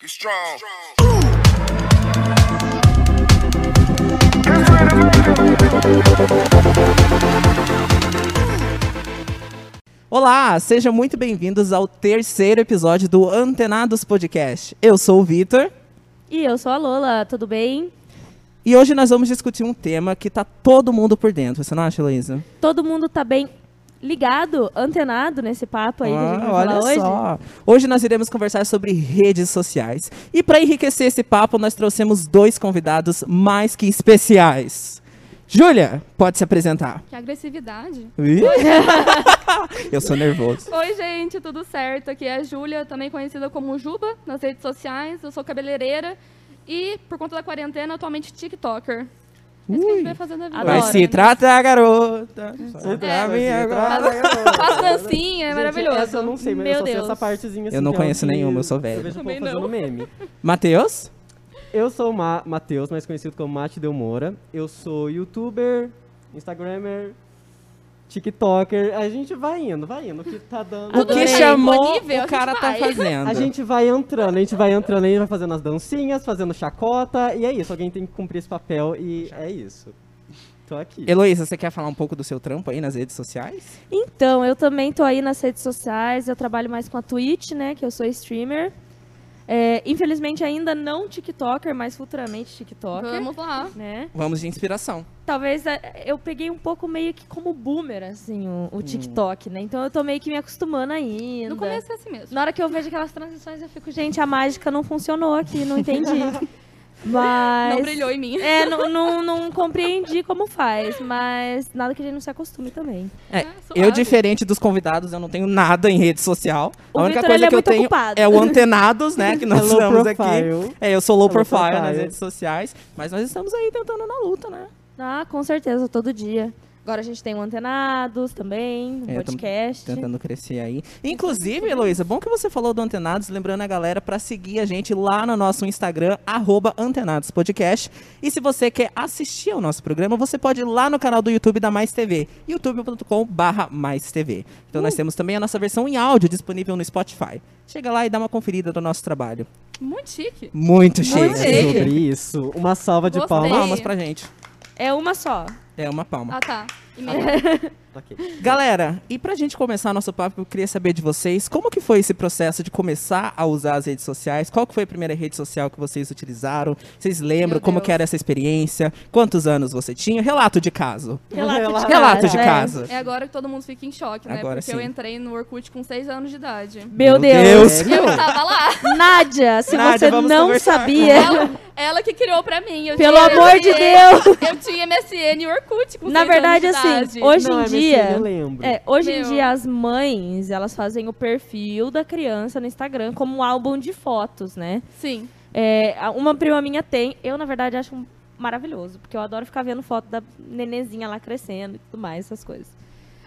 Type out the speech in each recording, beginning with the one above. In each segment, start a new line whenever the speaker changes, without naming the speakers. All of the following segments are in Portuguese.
Get strong.
Olá, sejam muito bem-vindos ao terceiro episódio do Antenados Podcast. Eu sou o Vitor
E eu sou a Lola, tudo bem?
e hoje nós vamos discutir um tema que tá todo mundo por dentro. Você não acha, Luísa?
Todo mundo tá bem ligado, antenado nesse papo aí que a gente vai falar
Ah, olha
hoje?
só. Hoje nós iremos conversar sobre redes sociais. E para enriquecer esse papo, nós trouxemos dois convidados mais que especiais. Júlia, pode se apresentar.
Que agressividade.
Ih. Eu sou nervoso.
Oi, gente, tudo certo? Aqui é a Júlia, também conhecida como Juba, nas redes sociais. Eu sou cabeleireira e, por conta da quarentena, atualmente TikToker. É isso que a gente vai fazer na vida.
Adoro.
Mas se trata, garota. Se trata,
É,
minha garota.
Faz, faz dancinha, é
tá- Gente,
maravilhoso.
Essa eu não sei, mas
Meu
eu só sei
Deus.
essa partezinha assim.
Eu não
que é o
conheço
que
nenham, eu sou velho.
Eu vejo o povo
Também
fazendo
não.
um meme.
Matheus?
Eu sou o Ma Matheus, mais conhecido como Mate Del Moura. Eu sou youtuber, instagrammer, tiktoker. A gente vai indo, vai indo. O que tá dando...
O que
Adorei.
chamou
Disponível,
o cara
a gente
tá
vai.
fazendo?
A gente vai entrando, a gente vai entrando, a gente vai fazendo as dancinhas, fazendo chacota, e é isso. Alguém tem que cumprir esse papel e é isso. Tô aqui.
Heloísa, você quer falar um pouco do seu trampo aí nas redes sociais?
Então, eu também tô aí nas redes sociais, eu trabalho mais com a Twitch, né, que eu sou streamer. É, infelizmente ainda não TikToker, mas futuramente TikToker,
Vamos lá.
né?
Vamos de inspiração.
Talvez é, eu peguei um pouco meio que como boomer, assim, o,
Hum.
o TikTok, né? Então eu tô meio que me acostumando ainda.
No começo é assim mesmo.
Na hora que eu vejo aquelas transições, eu fico, gente, a mágica não funcionou aqui, não entendi. Mas.
Não brilhou em mim.
É, não, não, não compreendi como faz, mas nada que a gente não se acostume também.
É,
Ah, suave.
eu, diferente dos convidados, eu não tenho nada em rede social.
O
a única
Vitor,
coisa
ele é
que eu
muito
tenho
ocupado.
é o Antenados, né? Que nós
É low
estamos aqui.
profile.
É, eu sou low
É low
profile, nas
profile.
redes sociais, mas nós estamos aí tentando na luta, né?
Ah, com certeza, todo dia. Agora a gente tem o Antenados também, um
É, tamo
podcast.
Tentando crescer aí. Inclusive, Heloísa, bom que você falou do Antenados, lembrando a galera pra seguir a gente lá no nosso Instagram, arroba Antenados Podcast. E se você quer assistir ao nosso programa, você pode ir lá no canal do YouTube da Mais TV, youtube.com barra Mais TV. Então nós temos também a nossa versão em áudio disponível no Spotify. Chega lá e dá uma conferida do nosso trabalho.
Muito chique.
Muito cheio. né?
É
chique.
sobre isso. Uma salva de
Gostei.
palmas.
Palmas pra gente.
É uma só.
É uma palma.
Ah, tá. E mesmo.
Ok.
Galera, e pra gente começar nosso papo, eu queria saber de vocês, como que foi esse processo de começar a usar as redes sociais? Qual que foi a primeira rede social que vocês utilizaram? Vocês lembram
Meu
como
Deus.
que era essa experiência? Quantos anos você tinha? Relato de caso.
Relato de,
Relato de
né?
casa.
É agora que todo mundo fica em choque, né?
Agora
Porque eu
sim.
entrei no Orkut com 6 anos de idade.
Meu
Meu
Deus.
Deus.
Eu tava lá.
Nádia, se
Nádia,
você
vamos
não
conversar.
sabia,
Ela, ela que criou pra mim. Eu
pelo
tinha
amor de
MSN,
Deus.
Eu tinha MSN e Orkut com
Na
seis anos
verdade,
de
assim,
idade.
hoje
Não,
em
é MSN,
dia.
Eu lembro.
É, hoje em
Meu.
dia as mães, elas fazem o perfil da criança no Instagram como um álbum de fotos, né?
Sim.
É, a- uma prima minha tem, eu na verdade acho um- maravilhoso, porque eu adoro ficar vendo foto da nenezinha lá crescendo e tudo mais, essas coisas.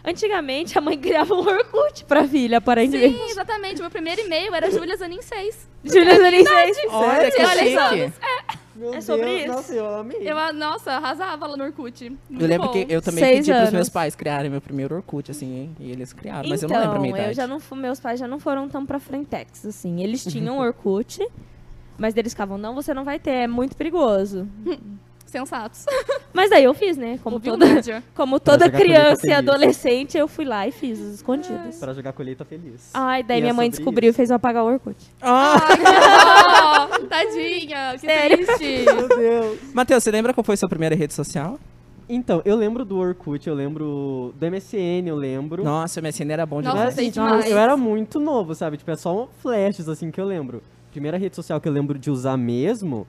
Antigamente a mãe criava um Orkut pra filha, aparentemente.
Sim, exatamente. Meu primeiro e-mail era Júlia Zanin 6.
Julia nem fez.
é Olha que
Olha só.
chique.
Meu
É sobre
Deus,
isso.
Nossa, eu amei.
Eu, ah, nossa, arrasava lá no Orkut. Muito
Eu lembro
bom.
que eu também
Seis
pedi pros meus
anos.
pais criarem meu primeiro Orkut, assim, hein? e eles criaram, mas
então,
eu não lembro a minha idade.
já não fu- meus pais já não foram tão pra frentex, assim. Eles tinham Orkut, mas eles ficavam, não, você não vai ter, é muito perigoso.
Sensatos.
Mas daí eu fiz, né? Como
Ouvi o
toda,
Nádia.
como toda
jogar colheita
criança e
feliz.
adolescente, eu fui lá e fiz os escondidos.
Pra jogar colheita feliz.
Ai, daí
E é
minha mãe
sobre
descobriu e
isso.
fez eu apagar o Orkut.
Ah,
Ai, que dó. Tadinha, que
Sério?
triste.
Meu Deus.
Matheus, você lembra qual foi sua primeira rede social?
Então, eu lembro do Orkut, eu lembro do MSN, eu lembro.
Nossa, o MSN era bom
Nossa,
demais.
sei
tipo,
demais.
eu era muito novo, sabe? Tipo, é só um flashes, assim, que eu lembro. Primeira rede social que eu lembro de usar mesmo,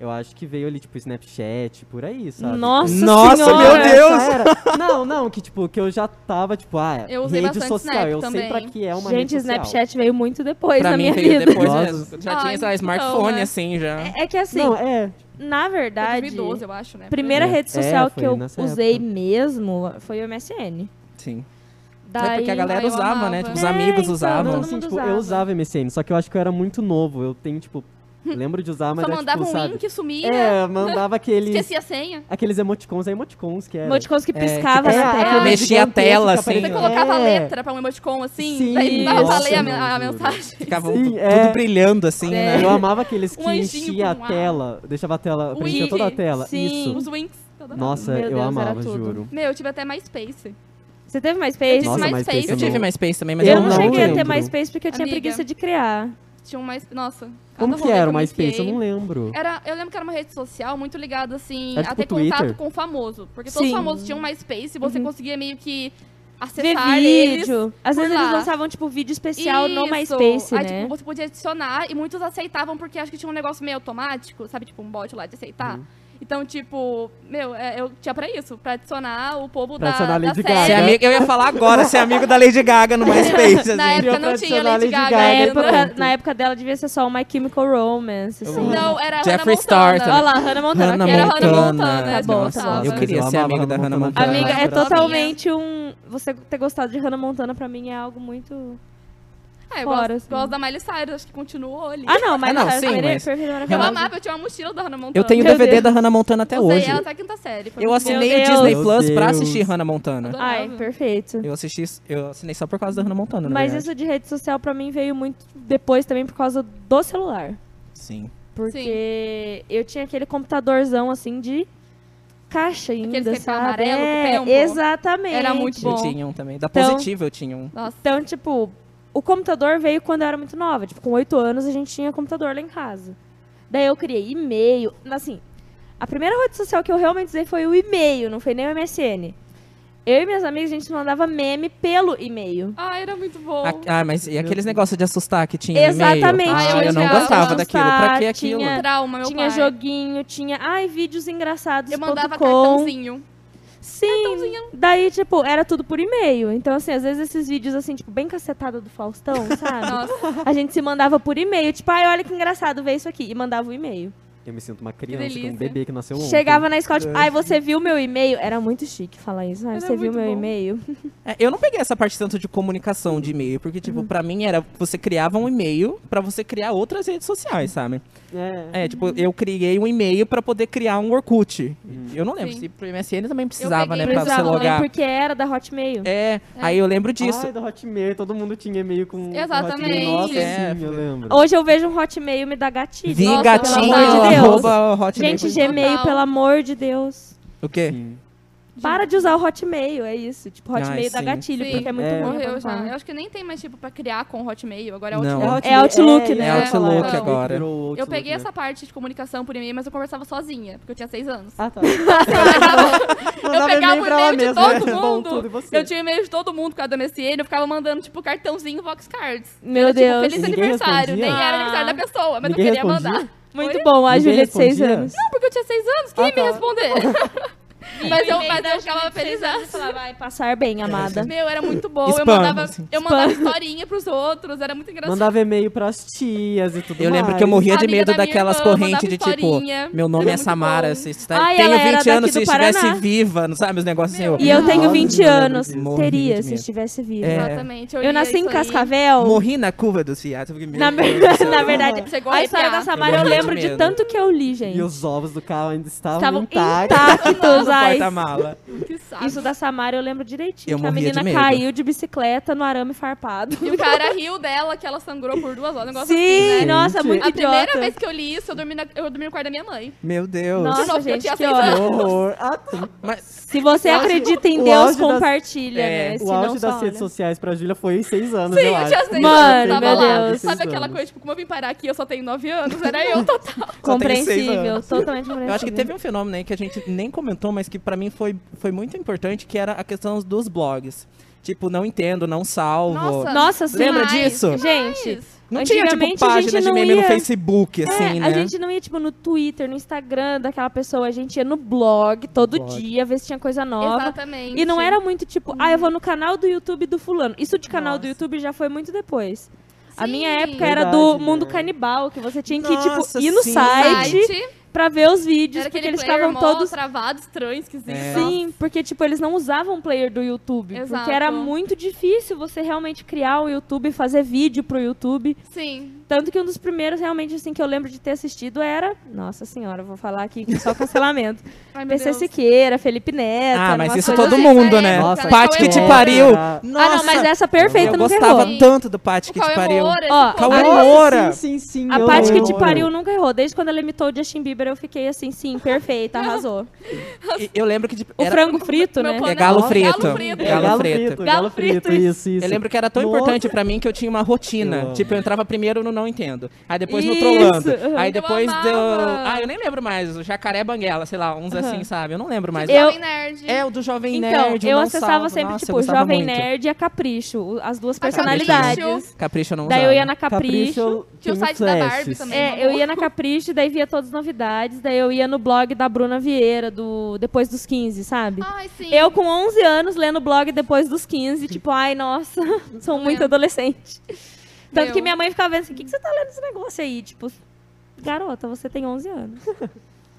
eu acho que veio ali, tipo, Snapchat, por aí, sabe?
Nossa,
Nossa,
senhora!
meu Deus!
Essa era- Não, não, que tipo, que eu já tava, tipo, ah,
Eu usei
rede
bastante
social,
Snap
eu sei
também.
pra que é uma
Gente,
rede social.
Snapchat veio muito depois
pra
na
mim
minha
veio
vida.
depois,
Nossa.
né? já tinha
Ai,
sei lá,
então,
smartphone,
né?
assim, já.
É é que assim,
Não, é,
na verdade,
2012, eu acho, né?
primeira
É,
rede social
foi
que eu
nessa
usei
época.
mesmo foi o MSN.
Sim.
Daí,
é porque a galera
eu
usava, né?
amava.
Tipo, os
É,
amigos
então,
usavam.
não,
todo
assim,
mundo
tipo,
usava.
eu usava MSN, só que eu acho que eu era muito novo, eu tenho, tipo, Lembro de usar, mas
Hum. Só
é
mandava
tipo,
um
sabe?
link, sumia,
É, mandava aqueles,
esquecia a senha.
aqueles emoticons, é emoticons que era.
Emoticons que piscava
é,
na
é,
tela.
aquele
Mexia a
gigantesco
tela,
que
assim.
aparecia-
Você colocava a
É.
letra pra um emoticon, assim,
Sim,
daí dava pra
nossa,
ler
não,
a, men- a
juro.
mensagem.
Ficava
Sim,
tu-
é.
tudo brilhando assim,
É.
Eu
né?
amava aqueles
Um
que
anjinho
enchia a
com um ar.
tela, deixava a tela,
O
preenchia
Wiki,
toda a tela.
sim.
Isso.
Os winks. toda hora.
Nossa,
Meu
eu
Deus, era
amava,
tudo.
juro.
Meu, eu tive até MySpace.
Você teve MySpace?
Nossa,
Nossa, é
MySpace.
mas
Eu
eu
tive
não-
MySpace também, mas
eu
eu
não
não
cheguei a ter
lembro.
MySpace porque eu tinha
Amiga.
preguiça de criar.
Tinha um MySpace. Nossa.
Como
cada
que
rolê
era o
eu me
MySpace? Eu
enfiei.
não lembro.
Era, eu lembro que era uma rede social muito ligada, assim,
Era
a
tipo
ter contato
Twitter?
com o famoso. Porque todos
Sim.
os famosos tinham MySpace e você conseguia meio que
Ver
acessar eles.
vídeo. Às
por
vezes eles
lá.
lançavam, tipo, vídeo especial no
Isso.
MySpace,
Aí,
né?
tipo, você podia adicionar e muitos aceitavam porque acho que tinha um negócio meio automático, sabe? Tipo, um bot lá de aceitar. Então, tipo, meu, é, eu tinha pra isso, pra adicionar o povo
Pra
da,
adicionar
da
Lady
série.
Gaga.
Ser é amigo, eu ia falar agora, ser amigo da Lady Gaga no MySpace,
Na
assim.
época
Pra
É, não tinha
adicionar
Lady
Lady
Gaga.
é
né?
Gaga.
Na
Gaga.
ainda.
época, na época dela devia ser só o My Chemical Romance. Assim.
amo.
Não, Então, era
Jeffree
Hannah Montana.
Star
Olha lá, Hannah Montana.
Hannah
que era
Montana.
Tá bom,
Nossa,
tá bom.
eu queria
Eu
ser
amava
amigo da Hannah
Hannah
Montana.
Montana.
Amiga, é
Ela era
totalmente um. Você ter gostado de Hannah Montana pra mim é algo muito.
É, eu
Fora,
gosto,
assim.
gosto da Miley Cyrus, acho que continuou ali.
Ah, não, mas
Ah, não,
cara,
sim,
perfeita-
mas-
perfeita, maravilhosa.
eu amava, eu tinha uma mochila da Hannah Montana.
Eu tenho
Meu
DVD
Deus.
da Hannah Montana até
Usei
hoje.
Então, ela até a quinta série. foi
Eu
muito bom.
assinei o
Deus.
Disney
Meu
Plus pra
Deus.
assistir Hannah Montana.
Ai, perfeito.
Eu assisti, eu assinei só por causa da Hannah Montana, na
Mas
verdade.
isso de rede social pra mim veio muito depois também por causa do celular.
Sim.
Porque eu tinha aquele computador assim de caixa ainda,
que tem
sabe?
amarelo, que
É,
tem um-
exatamente.
Era muito
Eu
Bom.
tinha um também. Da
Então-
Positiva eu tinha um.
Nossa,
Então, tipo, o computador veio quando eu era muito nova. Tipo, com oito anos a gente tinha computador lá em casa. Daí eu criei e-mail. Assim, a primeira rede social que eu realmente usei foi o e-mail, não foi nem o MSN. Eu e minhas amigas, a gente mandava meme pelo e-mail.
ai, era muito bom.
A- Ah, mas e aqueles negócios de assustar que tinha no
Exatamente.
e-mail? Ah,
Ah, eu
eu não
odiava.
gostava daquilo. Pra que
Assustar,
aquilo?
tinha-
É, Trauma, meu
tinha
pai.
joguinho, tinha. Ai, vídeos engraçados.
Eu
ponto
mandava
com.
cartãozinho.
Sim. Daí, tipo, era tudo por e-mail. Então, assim, às vezes esses vídeos, assim, tipo, bem cacetada do Faustão, sabe?
Nossa,
A gente se mandava por e-mail, tipo, ai, olha que engraçado ver isso aqui. E mandava o e-mail.
Eu me sinto uma criança,
delícia.
um bebê que nasceu ontem.
Chegava na escola,
né?
tipo, ai, você viu meu e-mail? Era muito chique falar isso. Ai,
Era
você viu
muito
meu
bom.
e-mail?
É, eu não peguei essa parte tanto de comunicação de e-mail, porque, tipo, pra mim era você criava um e-mail pra você criar outras redes sociais, sabe?
É.
É, tipo, eu criei um e-mail pra poder criar um Orkut. Eu não lembro
Sim.
se pro MSN também precisava, né,
peguei
pra você
precisava,
logar.
porque era da Hotmail.
É, aí eu lembro disso.
Ai, do Hotmail, todo mundo tinha e-mail com do
Exatamente.
Hotmail. Nossa,
É,
sim, eu lembro.
Hoje eu vejo um Hotmail e me dá gatilho.
Vim
Nossa,
gatinho,
pelo amor de
Deus.
arroba hotmail.
Gente, Gmail,
Total.
pelo amor de Deus.
O quê?
Sim.
Para de usar o Hotmail, é isso. Tipo,
Ah,
Hotmail dá
sim.
gatilho,
Sim.
porque é muito
É.
ruim.
morreu
pra
já.
falar.
Eu acho que nem tem mais, tipo, pra criar com Hotmail. Agora é
Não.
Hotmail.
Hotmail,
É Outlook,
é,
né?
eu ia
É
falar,
Outlook
Hotmail
agora.
virou Outlook,
Eu peguei
né?
essa parte de comunicação por e-mail, mas eu conversava sozinha, porque eu tinha seis anos.
Ah,
Eu
tá.
tipo,
Mandava
pegava
e-mail
o
pra ela
e-mail de
mesma. é,
todo
Bom, tudo, e
mundo.
você?
Eu tinha e-mail de todo mundo com a do MSN, eu ficava mandando, tipo, cartãozinho Vox Cards.
Meu
Era, tipo,
Deus.
Feliz
E ninguém
aniversário. Nem
respondia?
era aniversário da pessoa, mas
Ninguém
eu queria
respondia?
mandar.
Muito
Oi?
bom, a
Ninguém
Júlia de 6
respondia?
anos.
Não, porque eu tinha seis anos, quem
Ah,
ia me
tá.
responder? mas eu, mas eu ficava feliz.
Ela vai passar
É,
bem, amada.
Meu, era muito bom.
Spam,
eu mandava,
assim.
eu mandava historinha pros outros, era muito engraçado.
Mandava e-mail pras tias e tudo
Eu
mais.
lembro que eu morria de
Amiga
medo
da minha
daquelas
irmã,
correntes
mandava
de tipo,
historinha.
meu nome
Era
é
muito
Samara,
bom.
você está...
Ai, ela
tenho
era
20 anos,
daqui
se
do
estivesse
Paraná.
viva, não sabe os negócios assim, eu...
E eu tenho
Nossa,
20
eu lembro
anos.
disso. Morria de
Teria,
medo.
se estivesse viva.
É.
Exatamente.
Eu nasci em
Cascavel.
Cascavel.
Morri na curva do Seattle. fiquei, meu
Na,
Deus
ver-
do céu.
na verdade,
Chegou a
a história da
arrepiar.
Samara eu
Morria de
lembro de
medo.
tanto que eu li, gente.
E os ovos do carro ainda estavam,
Estavam
intactos.
intactos,
No
ai.
porta-mala.
Que saco.
Isso da Samara eu lembro direitinho.
Eu
que a
morria de
menina
medo.
caiu de bicicleta no arame farpado.
E o cara riu dela, que ela sangrou por duas horas. Um negócio
Sim,
assim, né?
nossa,
Gente.
muito
A
idiota.
primeira vez que eu li isso, eu dormi, na- eu dormi no quarto da minha mãe.
Meu Deus.
De
Nossa,
novo, que eu
gente,
tinha
que
seis
horror.
Que horror. Ah, sim.
Mas
Se você
O auge-
acredita em
o
Deus,
auge das-
compartilha,
É,
né? Se
o
não,
auge
só
das redes
olha.
sociais pra Júlia foi em seis anos,
Sim,
eu
eu
acho.
tinha seis
Mano,
anos, eu tava
meu
lá.
Deus.
Sabe aquela coisa, tipo, como eu vim parar aqui, eu só tenho nove anos? Era eu total.
Só tenho seis
Compreensível,
anos.
totalmente compreensível.
eu acho que teve um fenômeno aí que a gente nem comentou, mas que pra mim foi, foi muito importante, que era a questão dos blogs. Tipo, não entendo, não salvo.
Nossa,
Nossa, sim.
Lembra
demais,
disso?
Gente,
Não tinha, tipo,
antigamente a
página
gente
de
não
meme no
ia-
Facebook, assim,
é,
né?
a gente não ia, tipo, no Twitter, no Instagram daquela pessoa. A gente ia no blog todo
Blog.
dia, ver se tinha coisa nova.
Exatamente.
E não era muito tipo, ah, eu vou no canal do YouTube do fulano. Isso de canal do
Nossa.
YouTube já foi muito depois. a minha
Sim.
época era
Verdade,
do
né?
mundo canibal, que você tinha que,
Nossa,
tipo, ir no
sim.
site,
Site,
pra ver os vídeos,
Era
porque
aquele
eles
player
ficavam
mó
todos.
travado, estranho, esquisito.
É.
Sim, porque, tipo, eles não usavam player do YouTube.
Exato.
Porque era muito difícil você realmente criar o YouTube, fazer vídeo pro YouTube.
Sim.
Tanto que um dos primeiros, realmente, assim, que eu lembro de ter assistido era. Nossa senhora, eu vou falar aqui que só cancelamento.
Ai, meu
PC
Deus.
Siqueira, Felipe Neto.
Ah,
era
mas
umas
isso
coisas-
todo
dessa
mundo, né?
época,
Nossa,
né?
Pati que te
Cauê
é.
pariu.
Ah,
Nossa,
Ah, não, mas essa perfeita
eu
nunca
gostava
errou.
tanto do Pati que
Moura,
te pariu.
esse
Ó,
povo.
Cauê
a-
Moura.
Sim, sim, sim.
é A
eu
parte que te
lembro.
pariu nunca errou. Desde quando ela imitou o Justin Bieber, eu fiquei assim, sim, perfeita, arrasou.
E- Eu lembro que de-
O
era-
frango frito,
Meu
né?
plano
É galo
era-
frito.
Galo frito.
É, galo frito,
frito.
galo frito, isso, isso.
Eu lembro que era tão
Nossa.
importante pra mim que eu tinha uma rotina.
Eu amo.
Tipo, eu entrava primeiro no Não Entendo. Aí depois no
Isso,
Trolando.
aham.
Aí
Eu
depois
amava.
deu. Ah, eu nem lembro mais. O Jacaré Banguela, sei lá, uns assim, sabe? Eu não lembro mais.
Eu-
Jovem Nerd.
É o do Jovem
Então,
Nerd. o
eu
Não
acessava
Salvo.
sempre,
Nossa, eu
tipo,
gostava
Jovem
muito.
Nerd e a Capricho, o- as duas
Capricho.
personalidades.
Capricho eu não
Daí
usava.
eu ia na
Capricho,
Capricho.
Tinha o
tem
site da Barbie
um flashes.
também.
É, eu ia na Capricho, daí via todas as novidades, daí eu ia no blog da Bruna Vieira, do Depois dos 15, sabe?
Ai, sim.
Eu com 11 anos lendo o blog Depois dos 15, tipo, ai, nossa, sou muito
lembro.
adolescente. Tanto
Meu.
que minha mãe ficava vendo assim, o que, que você tá lendo esse negócio aí? Tipo, garota, você tem 11 anos.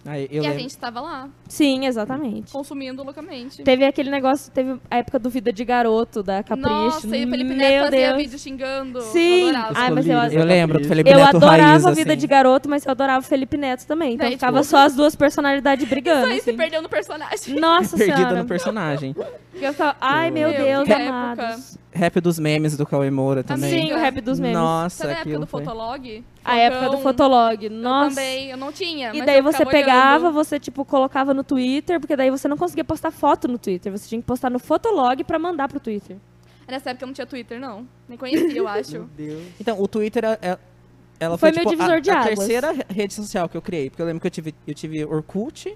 Aí
E
eu
a
lembro.
gente tava lá,
Sim, exatamente.
consumindo loucamente.
Teve aquele negócio, teve a época do Vida de Garoto, da Capricho.
Nossa, e o Felipe
Meu
Neto fazia
Deus.
vídeo xingando.
Sim.
Eu adorava.
Ai, mas eu-
Escolhidas da
Eu lembro do
Capricho.
Felipe
Eu
Neto
adorava
Raiz,
a vida
assim.
de garoto, mas eu adorava o Felipe Neto também. Então
Daí,
ficava
tipo,
só as duas personalidades brigando.
Isso aí se
assim.
perdeu no personagem.
Nossa
Perdida
senhora.
no personagem.
Eu ficava, ai meu
Meu,
Deus,
que
amados.
Rap dos memes do Cauê Moura também.
Ah, Sim, o rap dos memes. é
Nossa,
Sabe a época
aquilo
do
foi...
Fotolog?
A época do
Fotão,
Fotolog. Nossa.
Eu também, eu não tinha.
E
mas
daí
eu
você
ficava
pegava,
olhando.
você tipo colocava no Twitter, porque daí você não conseguia postar foto no Twitter, você tinha que postar no Fotolog pra mandar pro Twitter.
Nessa época eu não tinha Twitter, não. Nem conhecia, eu acho.
Deus.
Então, o Twitter, é- é- ela foi,
Foi meu
tipo,
divisor
a,
de
a
águas.
terceira re- rede social que eu criei. Porque eu lembro que eu tive, eu tive Orkut,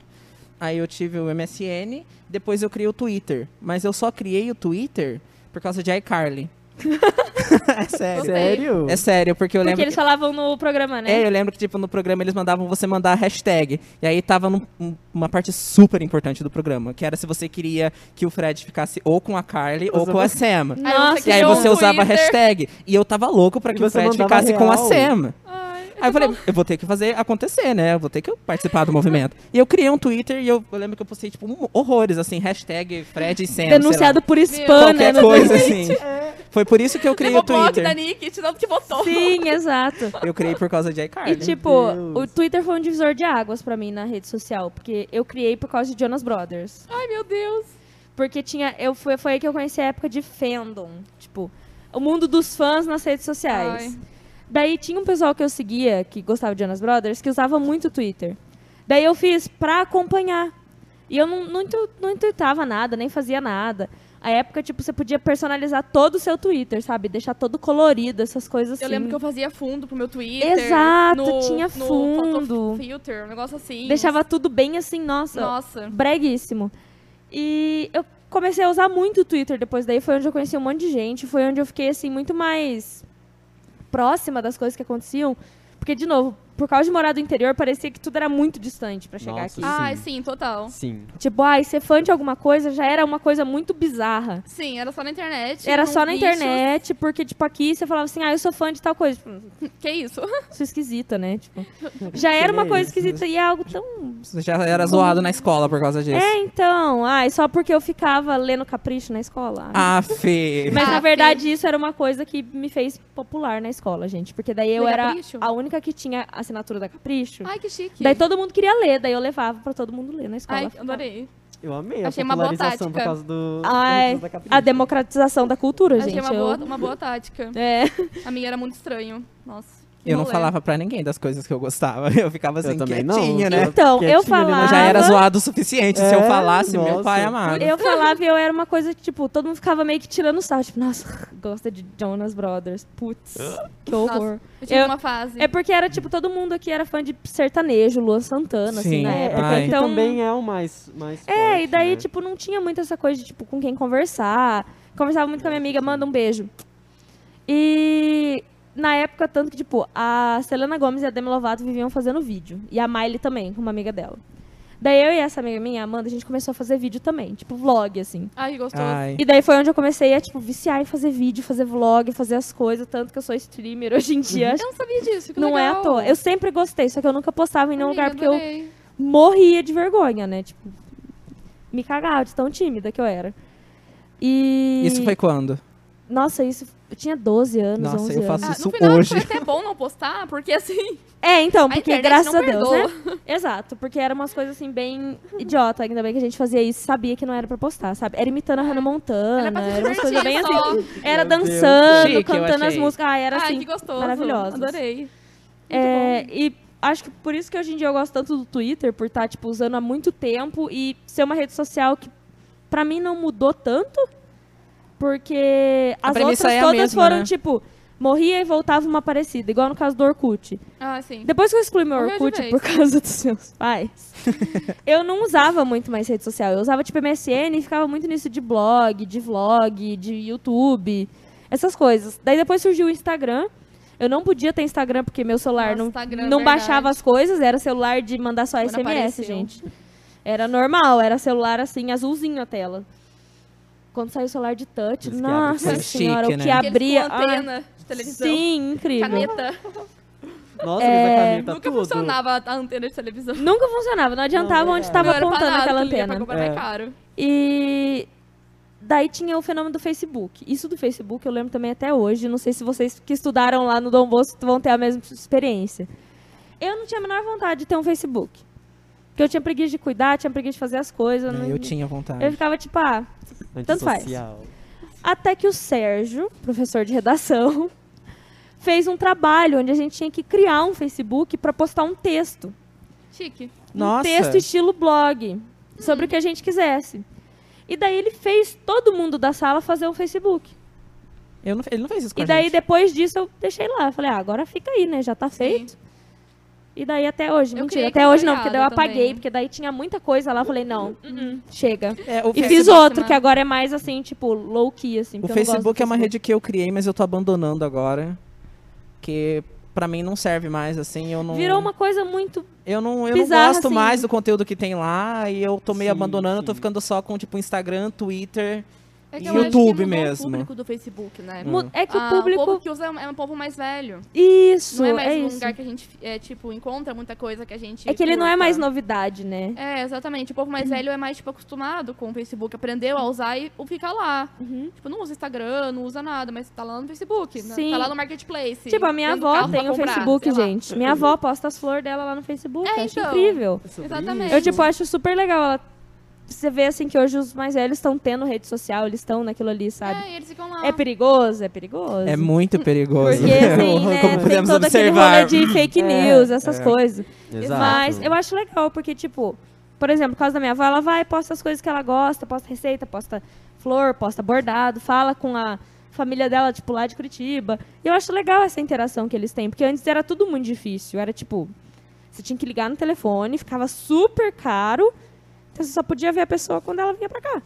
aí eu tive o MSN, depois eu criei o Twitter. Mas eu só criei o Twitter por causa de iCarly. é sério.
Gostei.
Sério?
É sério, porque eu
Porque
lembro...
eles falavam no programa, né?
É, eu lembro que, tipo, no programa eles mandavam você mandar a hashtag. E aí tava num- um- uma parte super importante do programa, que era se você queria que o Fred ficasse ou com a Carly ou
Você
com a
vai-
Sam.
Aí você
E aí
criou
você
um
usava a
Twitter.
hashtag. E eu tava louco pra
E
que o
você
Fred
mandava
ficasse com a
real.
Sam.
Ai,
então
Aí eu falei, eu vou ter que fazer acontecer, né? Eu vou ter que participar do movimento. E eu criei um Twitter e eu, eu lembro que eu postei, tipo, um- horrores, assim, hashtag Fred e Sam. sei lá.
Denunciado por spam,
Qualquer
né? no-
coisa, assim. Foi por isso que eu criei o
levou o blog da
Twitter.
Nick, te dando que botou.
Sim, exato.
Eu criei por causa de
E
iCarly.
tipo,
Deus.
o Twitter foi um divisor de águas pra mim na rede social, porque eu criei por causa de Jonas Brothers.
Ai, meu Deus.
Porque tinha, eu foi, foi aí que eu conheci a época de fandom, tipo, o mundo dos fãs nas redes sociais.
Ai.
Daí tinha um pessoal que eu seguia, que gostava de Jonas Brothers, que usava muito o Twitter. Daí eu fiz pra acompanhar. E eu não, não, intu- não intuitava nada, nem fazia nada. A época, tipo, você podia personalizar todo o seu Twitter, sabe? Deixar todo colorido, essas coisas assim.
Eu lembro que eu fazia fundo pro meu Twitter.
Exato,
no-
tinha
No
fundo.
photo filter, um negócio assim.
Deixava tudo bem assim, nossa,
Nossa.
breguíssimo. E eu comecei a usar muito o Twitter depois daí, foi onde eu conheci um monte de gente, foi onde eu fiquei assim muito mais próxima das coisas que aconteciam, porque de novo, por causa de morar do interior, parecia que tudo era muito distante pra chegar
Nossa.
aqui.
Ai, sim, total.
Sim.
Tipo, ai, ser fã de alguma coisa já era uma coisa muito bizarra.
Sim, era só na internet.
Era
com
só na
bichos.
internet, porque tipo aqui você falava assim: "Ah, eu sou fã de tal coisa". Tipo,
Que isso?
sou esquisita, né? Tipo, já era uma
Que
coisa
isso? né?
esquisita e é algo tão
Você já era zoado na escola por causa disso.
É, então. Ai, só porque eu ficava lendo capricho na escola. Ai.
Ah, Fê.
Mas
Ah,
na verdade isso era uma coisa que me fez popular na escola, gente. Porque daí eu
Da
era
Capricho?
a única que tinha assinatura da Capricho.
Ai, que chique.
Daí todo mundo queria ler, daí eu levava pra todo mundo ler na escola.
Ai, adorei.
Eu amei a
Achei uma boa
popularização
tática.
por causa do...
Ai,
da Capricho.
a democratização da cultura,
Achei
gente.
uma,
eu-
boa, uma boa tática.
É.
A minha era muito estranho. Nossa.
Eu não
lembro.
falava pra ninguém das coisas que eu gostava. Eu ficava assim,
Eu também não.
quietinha, né?
Eu
Então,
quietinho
eu
ali na-
falava.
Já era zoado o suficiente. Se eu
É,
falasse, meu
nossa.
pai amado.
Eu falava e eu era uma coisa que, tipo, todo mundo ficava meio que tirando sarro. Tipo, nossa, gosta de Jonas Brothers. Putz,
Ah.
que horror.
Eu tive
Eu-
uma fase.
É porque era, tipo, todo mundo aqui era fã de sertanejo, Luan Santana,
Sim,
assim, na
É,
época.
ai.
porque
Então,
também é o mais, mais
é, e
forte,
daí,
né?
tipo, não tinha muito essa coisa de, tipo, com quem conversar. Conversava muito com a minha amiga, manda um beijo. E na época, tanto que, tipo, a Selena Gomes e a Demi Lovato viviam fazendo vídeo. E a Miley também, com uma amiga dela. Daí eu e essa amiga minha, Amanda, a gente começou a fazer vídeo também, tipo vlog, assim.
Ai, que gostoso.
Ai.
E daí foi onde eu comecei a, tipo, viciar em fazer vídeo, fazer vlog, fazer as coisas, tanto que eu sou streamer hoje em dia.
Eu não sabia disso, que
Não é à
legal.
toa. Eu sempre gostei, só que eu nunca postava em nenhum
Amiga,
lugar porque eu
adorei.
morria de vergonha, né? Tipo, me cagava de tão tímida que eu era. E.
Isso foi quando?
Nossa, isso. Eu tinha 12 anos,
Nossa,
11
eu faço
anos.
Ah,
isso
no final
hoje.
foi até bom não postar, porque assim,
É, então,
a
porque
internet
graças
não
a Deus,
perdoa.
né? Exato, porque eram umas coisas assim bem idiota, ainda bem que a gente fazia isso, e sabia que não era pra postar, sabe? Era imitando a Hannah Montana,
Era pra se
era umas coisas bem
divertir
assim.
só.
Era
Meu Deus.
dançando,
Chique, eu
cantando as
achei.
músicas, ah, era
Ai,
assim.
que gostoso.
maravilhosos.
Adorei.
É, e acho que por isso que hoje em dia eu gosto tanto do Twitter, por estar tipo usando há muito tempo e ser uma rede social que pra mim não mudou tanto, porque
A
as
premissa
outras
é a
todas
mesma,
foram
né?
tipo morria e voltava uma parecida, igual no caso do Orkut.
Ah, sim.
Depois que eu excluí meu
Morreu de
Orkut
vez.
por causa dos seus pais, eu não usava muito mais rede social. Eu usava tipo MSN e ficava muito nisso de blog, de vlog, de YouTube, essas coisas. Daí depois surgiu o Instagram. Eu não podia ter Instagram porque meu celular
Nossa,
não,
Instagram, é
não
verdade.
baixava as coisas, era celular de mandar só
Quando
SMS,
apareceu.
gente. Era normal, era celular assim, azulzinho a tela. Quando saiu o celular de touch,
Diz que abre
nossa
coisa.
senhora,
Chique,
o que
né?
Aqueles
abria.
com
ah,
antena de televisão.
sim, incrível.
Caneta.
Nossa,
é,
mas a
Tá
caneta
Nunca
tudo.
funcionava a antena de televisão.
Nunca funcionava, não adiantava
Não,
onde
verdade.
estava
Não era pra
apontando
nada,
aquela
tu ia pra
antena.
comprar mais
É.
caro.
E daí tinha o fenômeno do Facebook. Isso do Facebook eu lembro também até hoje. Não sei se vocês que estudaram lá no Dom Bosco vão ter a mesma experiência. Eu não tinha a menor vontade de ter um Facebook. Porque eu tinha preguiça de cuidar, tinha preguiça de fazer as coisas. não-
É, Né, Eu tinha vontade.
eu ficava tipo, ah, Tanto faz.
Antissocial.
até que o Sérgio, professor de redação, fez um trabalho onde a gente tinha que criar um Facebook para postar um texto.
Chique.
Nossa.
um texto estilo blog sobre o que a gente quisesse. E daí ele fez todo mundo da sala fazer um Facebook.
Eu não- ele não fez isso com
e
a
daí
gente.
depois disso eu deixei lá. Eu Falei, ah, agora fica aí, né? Já tá feito. E daí até hoje,
Eu
mentira,
criei
até hoje não, porque
compartilhado
daí eu apaguei,
também. Uhum,
porque daí tinha muita coisa lá, eu falei, não, uh-uh, chega.
É, o Face-
E fiz
Facebook,
outro,
né?
que agora é mais assim, tipo, low key, assim.
O
porque eu não gosto do
Facebook é uma
Facebook.
rede que eu criei, mas eu tô abandonando agora. Que pra mim não serve mais, assim. Eu não,
Virou uma coisa muito.
eu não, eu não
bizarra,
gosto
assim.
mais do conteúdo que tem lá. E eu tô meio
Sim,
abandonando. Eu tô
sim.
ficando só com, tipo, Instagram, Twitter.
É
E
eu acho que
YouTube
mudou
mesmo. Hum.
O público do Facebook, né?
mu- É que
Ah,
o público.
O povo que usa é um- é um povo mais velho.
Isso,
Não é
é,
mais um
isso.
lugar tipo, que a gente, é, tipo, encontra muita coisa que a gente.
É que ele não é
curta.
mais novidade, né?
É, exatamente. O povo mais velho é mais, tipo, acostumado com o Facebook. Aprendeu a usar e o fica lá.
Uhum.
Tipo, não usa Instagram, não usa nada, mas tá lá no Facebook. né?
Sim.
Tá lá no Marketplace.
Tipo, a minha
dentro do
avó
carro pra
tem o
comprar,
Facebook,
sei lá.
gente. Minha avó posta as flores dela lá no Facebook.
É,
eu acho
então.
incrível.
É sobre
Exatamente.
isso?
Eu, tipo, acho super legal. Ela... Você vê, assim, que hoje os mais velhos estão tendo rede social, eles estão naquilo ali, sabe?
É, eles ficam lá.
É, perigoso, é perigoso.
É muito perigoso.
Porque, assim,
Como
né, tem
podemos
todo
observar. É,
aquele rolê de fake news, essas coisas.
Exato.
Mas eu acho legal, porque, tipo, por exemplo, por causa da minha avó, ela vai, posta as coisas que ela gosta, posta receita, posta flor, posta bordado, fala com a família dela, tipo, lá de Curitiba. E eu acho legal essa interação que eles têm, porque antes era tudo muito difícil. Era tipo, você tinha que ligar no telefone, ficava super caro. Então você só podia ver a pessoa quando ela vinha pra cá.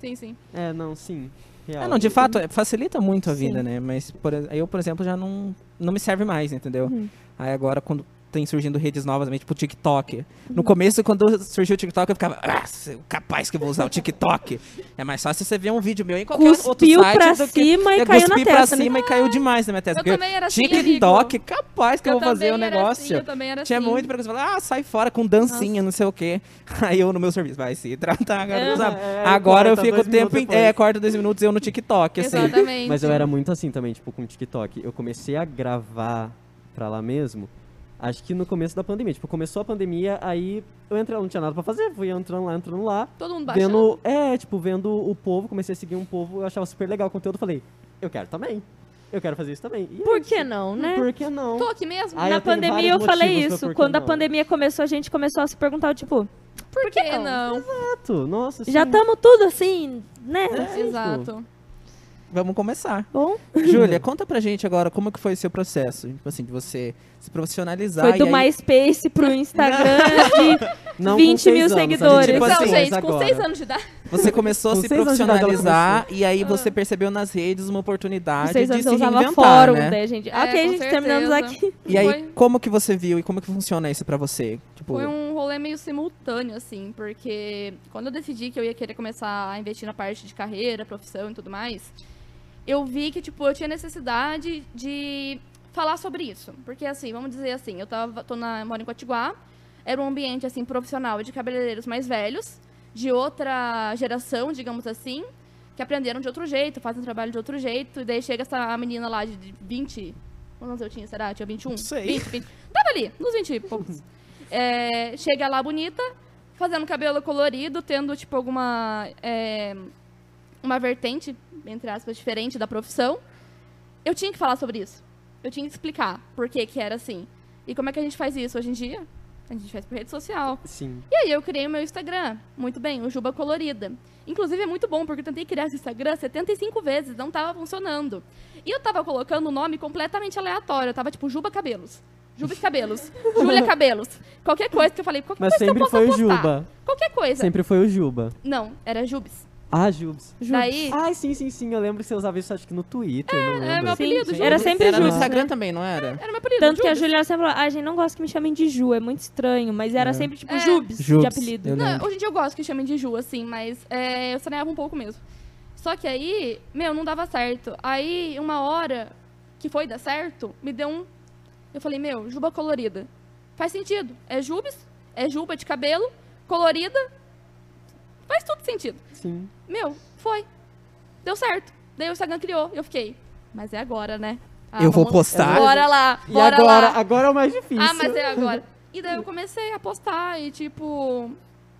Sim, sim.
É, não, sim. Real.
É, não, de fato, é, facilita muito a
Sim.
vida, né? Mas por ex- eu, por exemplo, já não, não me serve mais, entendeu?
Uhum.
Aí agora, quando tem surgindo redes novas, também, tipo o
Uhum.
TikTok. No começo, quando surgiu o TikTok, eu ficava, ah, se- capaz que eu vou usar o TikTok. é mais fácil você ver um vídeo meu em qualquer outro
Cuspiu
site.
pra
do que-
cima e
eu
caiu na
cuspi pra
testa, né?
cima e caiu demais na minha testa.
Eu
porque
também era assim,
TikTok, capaz que eu,
Eu
vou fazer o
também era assim,
negócio.
eu também era
Tinha
assim.
muito pra você falar, ah, sai fora com dancinha, não sei o quê. Aí eu no meu serviço, vai se tratar, garoto, sabe?
é,
Agora eu
corta
fico o
dois
tempo.
minutos
in-
depois.
É, corta dois minutos eu no TikTok, assim.
Exatamente.
Mas eu era muito assim também, tipo, com o TikTok. Eu comecei a gravar pra lá mesmo, acho que no começo da pandemia. Tipo, começou a pandemia, aí eu entrei lá, não tinha nada pra fazer, fui entrando lá, entrando lá.
Todo mundo baixando.
Vendo, é, tipo, vendo o povo, comecei a seguir um povo, eu achava super legal o conteúdo, falei, eu quero também. Eu quero fazer isso também. E
Por
é
que
isso.
não, né?
Por que não?
Tô aqui mesmo.
Ai, Ah,
na
eu tenho
pandemia eu
vários
falei
motivos pra
isso.
por que
Quando a
não.
pandemia começou, a gente começou a se perguntar, tipo,
por, que, não?
Exato, Nossa,
já
sim.
estamos tudo assim, né?
É.
Exato.
Vamos começar.
Bom,
Júlia, conta pra gente agora como que foi o seu processo, tipo assim, de você se profissionalizar.
foi
e
do
aí-
MySpace pro Instagram. de-
Não com
20 mil
seis anos, a gente
seguidores.
é
Tipo
Então,
assim,
seis
gente, com
agora.
seis anos de idade.
Você começou a
Com
se
seis anos de idade, ela
profissionalizar e aí você percebeu nas redes uma oportunidade
Vocês
Ah, de
anos
se
eu um usava
reinventar,
fórum,
né?
daí a gente.
É,
ok,
com
gente, terminamos
certeza.
aqui.
E aí,
Foi-
como que você viu e como que funciona isso pra você? Tipo,
Foi um rolê meio simultâneo, assim, porque quando eu decidi que eu ia querer começar a investir na parte de carreira, profissão e tudo mais, eu vi que, tipo, eu tinha necessidade de falar sobre isso. Porque, assim, vamos dizer assim, eu tava, tô na, moro em Cotiguá, era um ambiente, assim, profissional de cabeleireiros mais velhos, de outra geração, digamos assim, que aprenderam de outro jeito, fazem trabalho de outro jeito, e daí chega essa menina lá de 20... Quantos anos eu tinha, será? Tinha 21?
Não sei.
20, 20. Tava ali, nos 20 e poucos. É, chega lá bonita, fazendo cabelo colorido, tendo, tipo, alguma... é, uma vertente, entre aspas, diferente da profissão. Eu tinha que falar sobre isso. Eu tinha que explicar por que que era assim. E como é que a gente faz isso hoje em dia? A gente faz por rede social.
Sim.
E aí eu criei o meu Instagram. Muito bem, o Juba Colorida. Inclusive é muito bom, porque eu tentei criar esse Instagram 75 vezes, não tava funcionando. E eu tava colocando um nome completamente aleatório. Eu tava tipo Juba Cabelos. Juba de Cabelos. Júlia Cabelos. Qualquer coisa que eu falei, qualquer
Mas
coisa que
sempre
eu possa
foi o
postar.
Juba.
Qualquer coisa.
Sempre foi o Juba.
Não, era Jubes.
Ah, Jubes.
Daí, É,
Ai, sim, sim, sim. Eu lembro que você usava isso, acho que no Twitter, não lembro.
meu
Sim,
apelido,
sim.
Ju. né?
Era sempre
era no
Ju.
Instagram também, não era?
era meu apelido.
Tanto que a
Jubes.
Juliana sempre falou, ah, gente, não gosto que me chamem de Ju, é muito estranho. Mas era
É.
sempre tipo
É.
Jubes, de
Jubes,
apelido.
eu
Né?
Não,
lembro.
hoje em dia eu gosto que chamem de Ju, assim, mas é, eu saneava um pouco mesmo. Só que aí, meu, não dava certo. Aí, uma hora que foi dar certo, me deu um. Eu falei, meu, Juba colorida. Faz sentido. É Jubes, é Juba de cabelo, colorida. Faz tudo sentido.
Sim.
Meu, foi. Deu certo. Daí o Instagram criou. Eu fiquei. Mas é agora, né? Ah,
Eu vou
vamos-
postar?
Bora lá,
E
bora
agora,
lá.
agora é o mais difícil.
Ah, mas é agora. E daí eu comecei a postar e, tipo,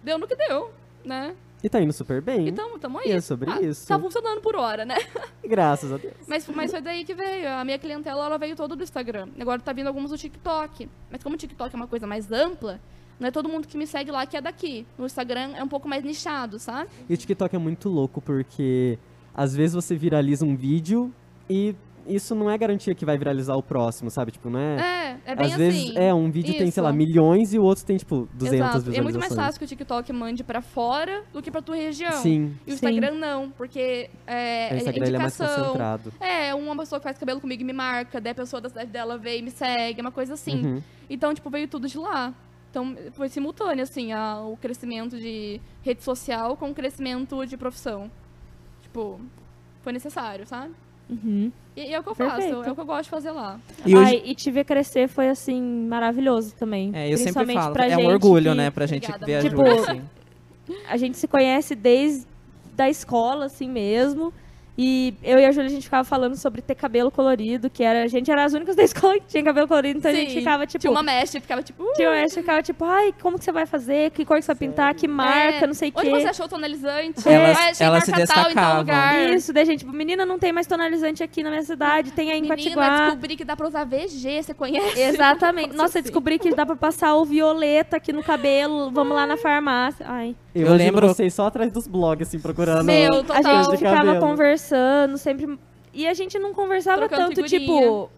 deu no que deu, né?
E tá indo super bem.
Então, tamo aí.
E é sobre
Ah,
isso.
Tá funcionando por hora, né?
Graças a Deus.
Mas, mas foi daí que veio. A minha clientela, ela veio toda do Instagram. Agora tá vindo alguns do TikTok. Mas como o TikTok é uma coisa mais ampla, não é todo mundo que me segue lá que é daqui. No Instagram é um pouco mais nichado, sabe?
E o TikTok é muito louco porque às vezes você viraliza um vídeo e isso não é garantia que vai viralizar o próximo, sabe? Tipo, não é.
É, é bem
às
assim.
vezes é um vídeo tem, sei lá,
Isso.
milhões e o outro tem tipo 200
Exato.
visualizações.
É muito mais fácil que o TikTok mande pra fora do que pra tua região.
Sim.
E o Instagram não, porque é,
O Instagram ele é mais
indicação,
concentrado.
É, uma pessoa que faz cabelo comigo e me marca, daí a pessoa da cidade dela veio e me segue, é uma coisa assim.
Uhum.
Então, tipo, veio tudo de lá. Então, foi simultâneo, assim, a- o crescimento de rede social com o crescimento de profissão. Tipo, foi necessário, sabe?
Uhum.
E, e é o que eu
Perfeito.
faço, é o que eu gosto de fazer lá.
E hoje,
Ai, e te ver crescer foi, assim, maravilhoso também.
é, eu sempre
Principalmente
falo,
pra
é um
gente
orgulho,
que
né, pra gente
Obrigada,
ver a
mãe.
Júlia,
Tipo,
assim.
A gente se conhece desde da escola, assim mesmo. E eu e a Júlia, a gente ficava falando sobre ter cabelo colorido, que era, a gente era as únicas da escola que tinha cabelo colorido, então a gente
Sim,
ficava, tipo...
Tinha uma mesh, ficava tipo... "Uh,
Tinha uma mesh, ficava tipo, ai, como que você vai fazer? Que cor que você vai pintar? Que marca?
é,
Não sei o quê.
Onde você tá? achou o tonalizante?
Elas-
Ah, achei
elas se
marca tal em tal
destacavam.
lugar.
Isso, daí gente, tipo, menina, não tem mais tonalizante aqui na minha cidade, tem aí em
Menina,
Patiguá.
descobri que dá pra usar VG, você conhece?
Exatamente.
Nossa,
Nossa,
assim.
descobri que dá pra passar o violeta aqui no cabelo. Vamos lá na farmácia. Ai.
Eu,
Eu
lembro
lembro-
vocês só atrás dos blogs, assim, procurando.
Meu,
A
total.
gente
De
ficava
cabelo.
conversando, sempre. E a gente não conversava
Trocando
tanto,
figurinha.
tipo,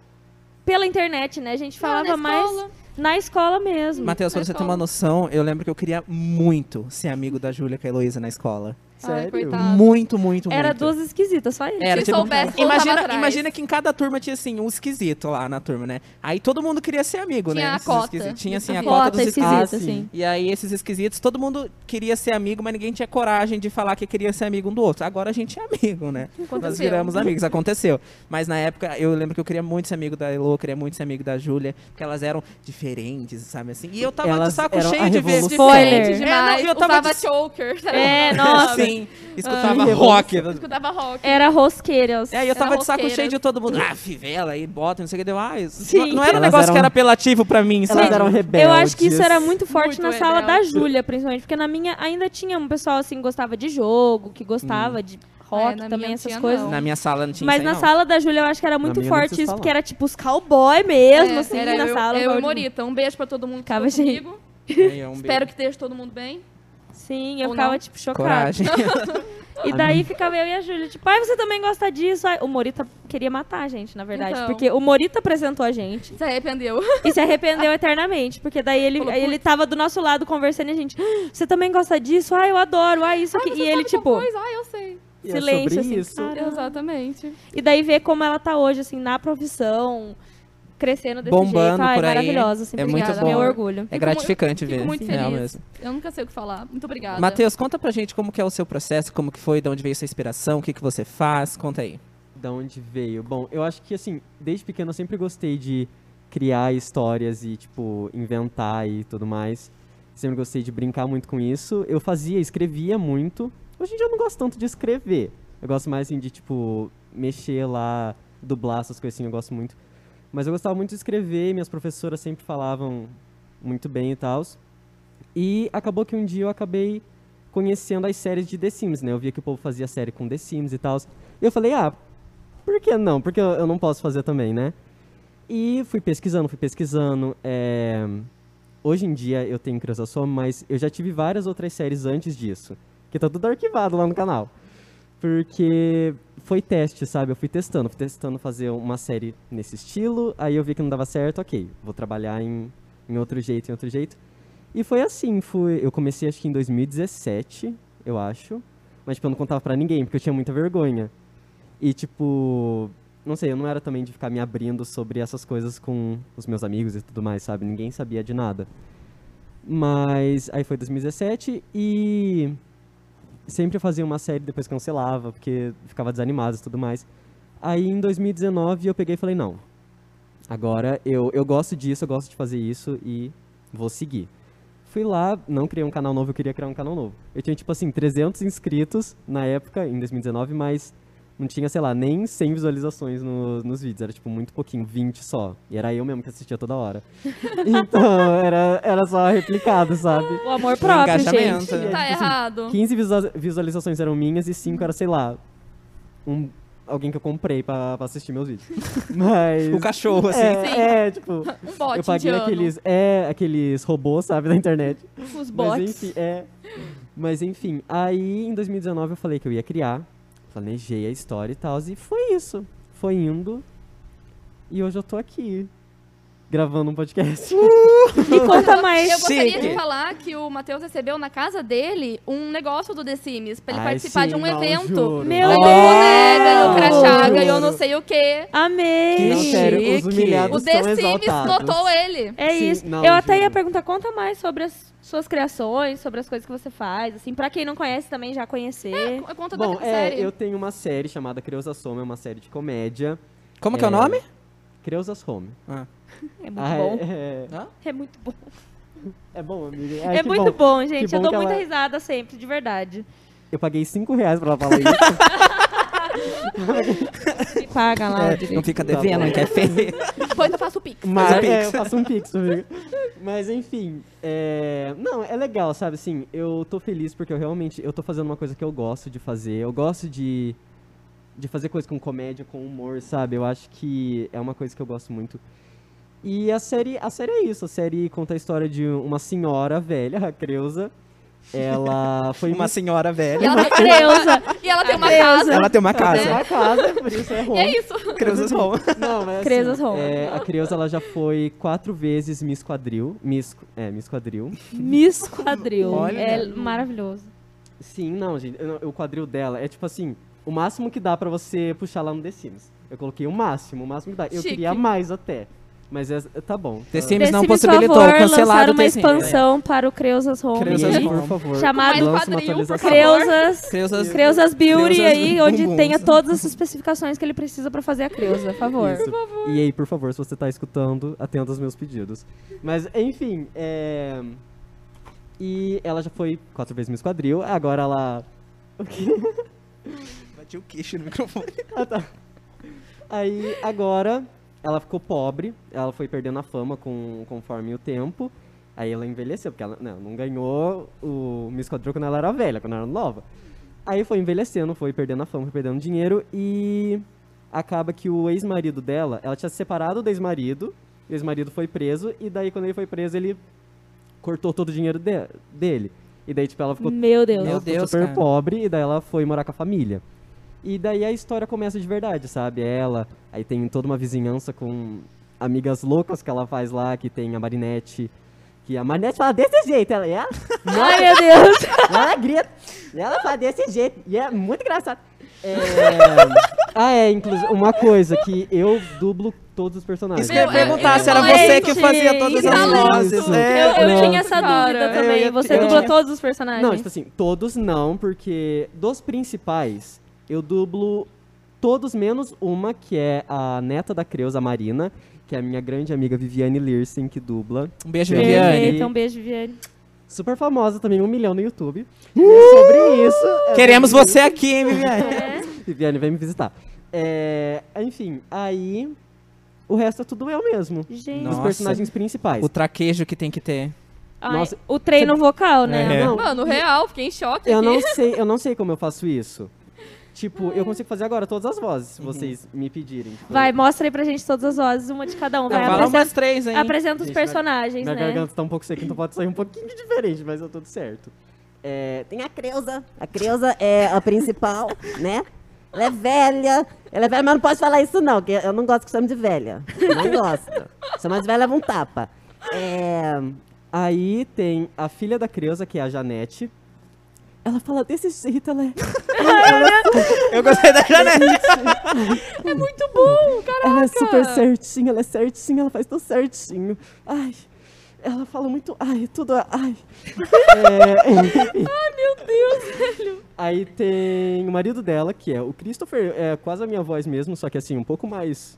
pela internet, né? A gente falava
Não, na
mais
escola.
na escola mesmo.
Matheus, pra
na
você ter uma
escola.
noção, eu lembro que eu queria muito ser amigo da Júlia com a Heloísa na escola.
Ai,
Sério?
coitado.
Muito, muito, muito.
Ah, Era duas esquisitas, só isso.
Era,
Se
tipo,
soubesse, voltava
imagina,
atrás.
imagina que em cada turma tinha, assim, um esquisito lá na turma, né? Aí todo mundo queria ser amigo,
Tinha
né?
a
Esses
cota
esquisitos.
dos
Tinha, assim, a
esquisitos.
cota
Cota
dos esquisitos.
esquisita,
Ah,
assim.
sim.
E aí, esses esquisitos, todo mundo queria ser amigo, mas ninguém tinha coragem de falar que queria ser amigo um do outro. Agora a gente é amigo, né? Nós
Aconteceu.
viramos amigos, aconteceu. Mas na época, eu lembro que eu queria muito ser amigo da Elo, eu queria muito ser amigo da Júlia, porque elas eram diferentes, sabe assim? E eu tava de
Elas
saco
eram
cheio
a
de ver.
revolução.
Spoiler.
Diferente
É, não,
demais.
eu tava
Usava
de-
choker. sabe?
É, nossa.
Sim, escutava
Ah,
rock.
Escutava rock.
Era rosqueiras.
É, e eu tava
Era
de saco
roqueira.
cheio de todo mundo. Ah, fivela aí, bota, não sei o que deu. Ah, isso
Sim.
não, não era um
Elas
negócio
eram-
que era apelativo pra mim, sabe?
Elas eram rebeldes.
Eu acho que isso era muito forte
Muito é,
na sala da
rebelde.
Júlia, principalmente, porque na minha ainda tinha um pessoal assim que gostava de jogo, que gostava de
É,
rock
na minha
também,
não
essas
tinha,
coisas.
não.
Na minha sala não tinha
Mas
isso aí,
na
não.
sala da Júlia eu acho que era muito
minha não
forte
precisa
isso,
falar.
porque era tipo os cowboy mesmo,
É,
assim,
era
na
eu,
sala.
Eu e
falava
o
de-
Morita. Um beijo pra todo mundo que
Ficava assim.
ficou
cheio.
comigo.
É, é um
Espero
beijo.
que esteja todo mundo bem.
Sim, eu
Ou
ficava,
não.
tipo, chocada.
Coragem. É
E daí ficava eu e a Júlia, tipo, ai, você também gosta disso? Ai, o Morita queria matar a gente, na verdade.
Então.
Porque o Morita apresentou a gente
Se arrependeu.
e se arrependeu eternamente. Porque daí ele,
Falou,
aí ele tava do nosso lado conversando e a gente, "Ah, você também gosta disso? Ai, eu adoro, ai, isso
Ah,
aqui.
você
E ele,
sabe tal
tipo,
coisa? Ah, eu sei.
E é
silêncio,
sobre
assim,
isso.
cara.
Exatamente.
E daí ver como ela tá hoje, assim, na profissão, crescendo desse
Bombando
jeito. Ai,
por aí.
maravilhosa, assim,
É
muito
obrigada,
bom.
meu orgulho.
É
Fico
gratificante
mu- eu
ver.
fico muito
É
feliz.
mesmo.
Eu nunca sei o que falar. Muito obrigada.
Matheus, conta pra gente como que é o seu processo, como que foi, de onde veio essa inspiração, o que, que você faz, conta aí.
Da onde veio? Bom, eu acho que assim, desde pequeno eu sempre gostei de criar histórias e, tipo, inventar e tudo mais. Sempre gostei de brincar muito com isso. Eu fazia, escrevia muito. Hoje em dia eu não gosto tanto de escrever. Eu gosto mais assim de, tipo, mexer lá, dublar essas coisas assim, eu gosto muito. Mas eu gostava muito de escrever, minhas professoras sempre falavam muito bem e tal. E acabou que um dia eu acabei conhecendo as séries de The Sims, né? Eu via que o povo fazia série com The Sims e tal. E eu falei, ah, por que não? Porque eu- eu não posso fazer também, né? E fui pesquisando, fui pesquisando. é, Hoje em dia eu tenho Creusossoma, mas eu já tive várias outras séries antes disso. Que tá tudo arquivado lá no canal. Porque foi teste, sabe? Eu fui testando, fui testando fazer uma série nesse estilo. Aí eu vi que não dava certo, ok, vou trabalhar em, em outro jeito, em outro jeito. E foi assim, fui, eu comecei acho que em 2017, eu acho. Mas tipo, eu não contava pra ninguém, porque eu tinha muita vergonha. E, tipo, não sei, eu não era também de ficar me abrindo sobre essas coisas com os meus amigos e tudo mais, sabe? Ninguém sabia de nada. Mas aí foi 2017 e sempre eu fazia uma série depois cancelava, porque ficava desanimado e tudo mais. Aí em 2019 eu peguei e falei, não. Agora eu, eu gosto disso, eu gosto de fazer isso e vou seguir. Fui lá, não criei um canal novo, eu queria criar um canal novo. Eu tinha, tipo assim, 300 inscritos na época, em 2019, mas não tinha, sei lá, nem 100 visualizações no- nos vídeos. Era, tipo, muito pouquinho, 20 só. E era eu mesmo que assistia toda hora. então, era, era só replicado, sabe?
O amor próprio,
engajamento,
gente.
né?
tipo
Tá
assim,
errado.
15 visua- visualizações eram minhas e 5 era, sei lá, um, alguém que eu comprei pra, pra assistir meus vídeos. Mas...
O cachorro, assim.
Sim.
é, é, tipo...
Um bot
Eu paguei
indiano.
aqueles, é, aqueles robôs, sabe, da internet.
Os
Mas enfim, é. Mas enfim, aí em 2019 eu falei que eu ia criar, planejei a história e tal, e foi isso. Foi indo. E hoje eu tô aqui, gravando um podcast.
E conta mais.
Eu gostaria
Chique.
de falar que o Matheus recebeu na casa dele um negócio do The Sims, pra ele
Ai,
participar
sim,
de um
não,
evento.
juro.
Meu
Aí
Deus!
ganhou boneca, o crachá,
Juro.
ganhou não sei o quê.
Amei!
um Não, sério, os
Chique.
humilhados
O
são
The Sims
exaltados.
notou ele.
É
Sim,
isso.
não,
eu até
juro.
ia perguntar, conta mais sobre as suas criações, sobre as coisas que você faz, assim, pra quem não conhece também já conhecer.
É Conta
Bom,
da série.
é, eu tenho uma série chamada Creusas Home, é uma série de comédia.
Como que é o
É.
nome?
Creusas Home.
É, muito
Ah,
bom.
é, é,
É... muito bom.
é bom, amiga.
é muito bom, gente.
que
eu
bom
dou
que
muita
ela- é.
risada sempre, de verdade.
Eu paguei 5 reais pra ela falar isso.
Me paga lá.
Não fica
Tá
devendo,
bom.
que é feio.
Depois eu faço o pix.
Faz um
Mas,
pix.
é, eu faço um pix, amigo. Mas enfim, é... não, é legal, sabe? Assim, eu tô feliz porque eu realmente eu tô fazendo uma coisa que eu gosto de fazer. Eu gosto de de fazer coisa com comédia, com humor, sabe? Eu acho que é uma coisa que eu gosto muito. E a série, a série é isso. A série conta a história de uma senhora velha, a Creuza. Ela foi
Uma senhora
E
velha.
é
ela, tem,
é Creuza,
e ela tem uma
Creuza.
casa.
Ela tem uma
ela tem
casa.
uma casa, por isso é
E
home.
é isso.
Cruzes Home.
Não, mas assim,
Creuza Home.
é, a Creuza ela já foi quatro vezes Miss Quadril, Miss, é, Miss Quadril.
Miss Quadril.
Olha.
É maravilhoso.
Sim, não, gente. eu não- O quadril dela é tipo assim, o máximo que dá pra você puxar lá no The Sims. Eu coloquei o máximo, o máximo que dá. Eu
Chique.
queria mais até. Mas é, tá bom.
The
tá.
Sims não
Decime,
possibilitou,
por favor,
cancelado
lançar
o
uma
The Sims.
expansão para o Creusas Home.
Creusas
Creusas,
Home.
aí.
Tá. por favor.
Chamado
lança uma
Quadril, por
atualização.
favor.
Creusas.
Cruzes-
Creusas Beauty
Creusas
aí, onde
Bumbum.
tenha todas as especificações que ele precisa pra fazer a Creusa, por favor.
Isso. E aí, por favor, se você tá escutando, atenda aos meus pedidos. Mas, enfim, é... E ela já foi quatro vezes Miss Quadril, agora ela... O quê?
Bati o queixo no microfone.
Ah, tá. Aí, agora, ela ficou pobre, ela foi perdendo a fama com, conforme o tempo. Aí ela envelheceu, porque ela né, não, não ganhou o Miss Quadril quando ela era velha, quando ela era nova. Aí foi envelhecendo, foi perdendo a fama, foi perdendo dinheiro e acaba que o ex-marido dela, ela tinha se separado do ex-marido, o ex-marido foi preso e daí quando ele foi preso ele cortou todo o dinheiro de- dele. E daí, tipo, ela ficou
Meu Deus.
ela
Meu
ficou
Deus,
super
cara.
pobre e daí ela foi morar com a família. E daí a história começa de verdade, sabe? Ela, aí tem toda uma vizinhança com amigas loucas que ela faz lá, que tem a Marinette, que a Marinette fala desse jeito, ela é,
Ai, meu Deus.
ela grita, ela fala desse jeito, e é muito engraçado. É... ah, é, inclusive, uma coisa, que eu dublo todos os personagens.
Isso que eu ia
Eu-
perguntar,
eu-
se era
eu-
você
gente,
que fazia todas as
isso.
vozes. né?
Eu, eu
Não.
tinha essa
Cara,
dúvida
eu
também.
ia-
Você
eu
dubla
tinha-
todos os personagens.
Não, tipo assim, todos não, porque dos principais, eu dublo todos menos uma, que é a neta da Creuza, a Marina, que é a minha grande amiga Viviane Lirsen, que dubla.
Um beijo,
Perfeito.
Viviane.
Perfeito, um beijo, Viviane.
Super famosa também, um milhão no YouTube. E é sobre isso. é
Uh! Queremos
sobre
você aqui, hein, Viviane?
isso. Viviane, vem me visitar. É, enfim, aí o resto é tudo eu mesmo.
Gente.
Os
Nossa.
personagens principais.
O traquejo que tem que ter.
Ai,
Nossa.
o treino vocal, né?
É.
Não,
Mano, real, fiquei em choque.
Eu
aqui.
não sei, eu não sei como eu faço isso. Tipo, eu consigo fazer agora todas as vozes,
Uhum.
se vocês me pedirem. Tipo,
Vai, mostra aí pra gente todas as vozes, uma de cada um. Vai,
Fala
apresenta,
umas três, hein?
apresenta os
Gente, minha-
personagens,
Minha
né?
garganta tá um pouco seca, então pode sair um pouquinho diferente, mas é tudo certo. É,
Tem a Creuza. A Creuza é a principal, né? Ela é velha. Ela é velha, mas não pode falar isso, não, porque eu não gosto que chame de velha. Não gosto. Chama de velha, leva um tapa. É,
aí tem a filha da Creuza, que é a Janete. Ela fala desse jeito, ela é,
Eu gostei da Janete.
ela é super certinha, ela é certinha, ela faz tudo certinho. Ai, ela fala muito, ai, tudo, é- ai. ai, meu Deus, velho. Aí tem o marido dela, que é o Christopher, é quase a minha voz mesmo, só que assim, um pouco mais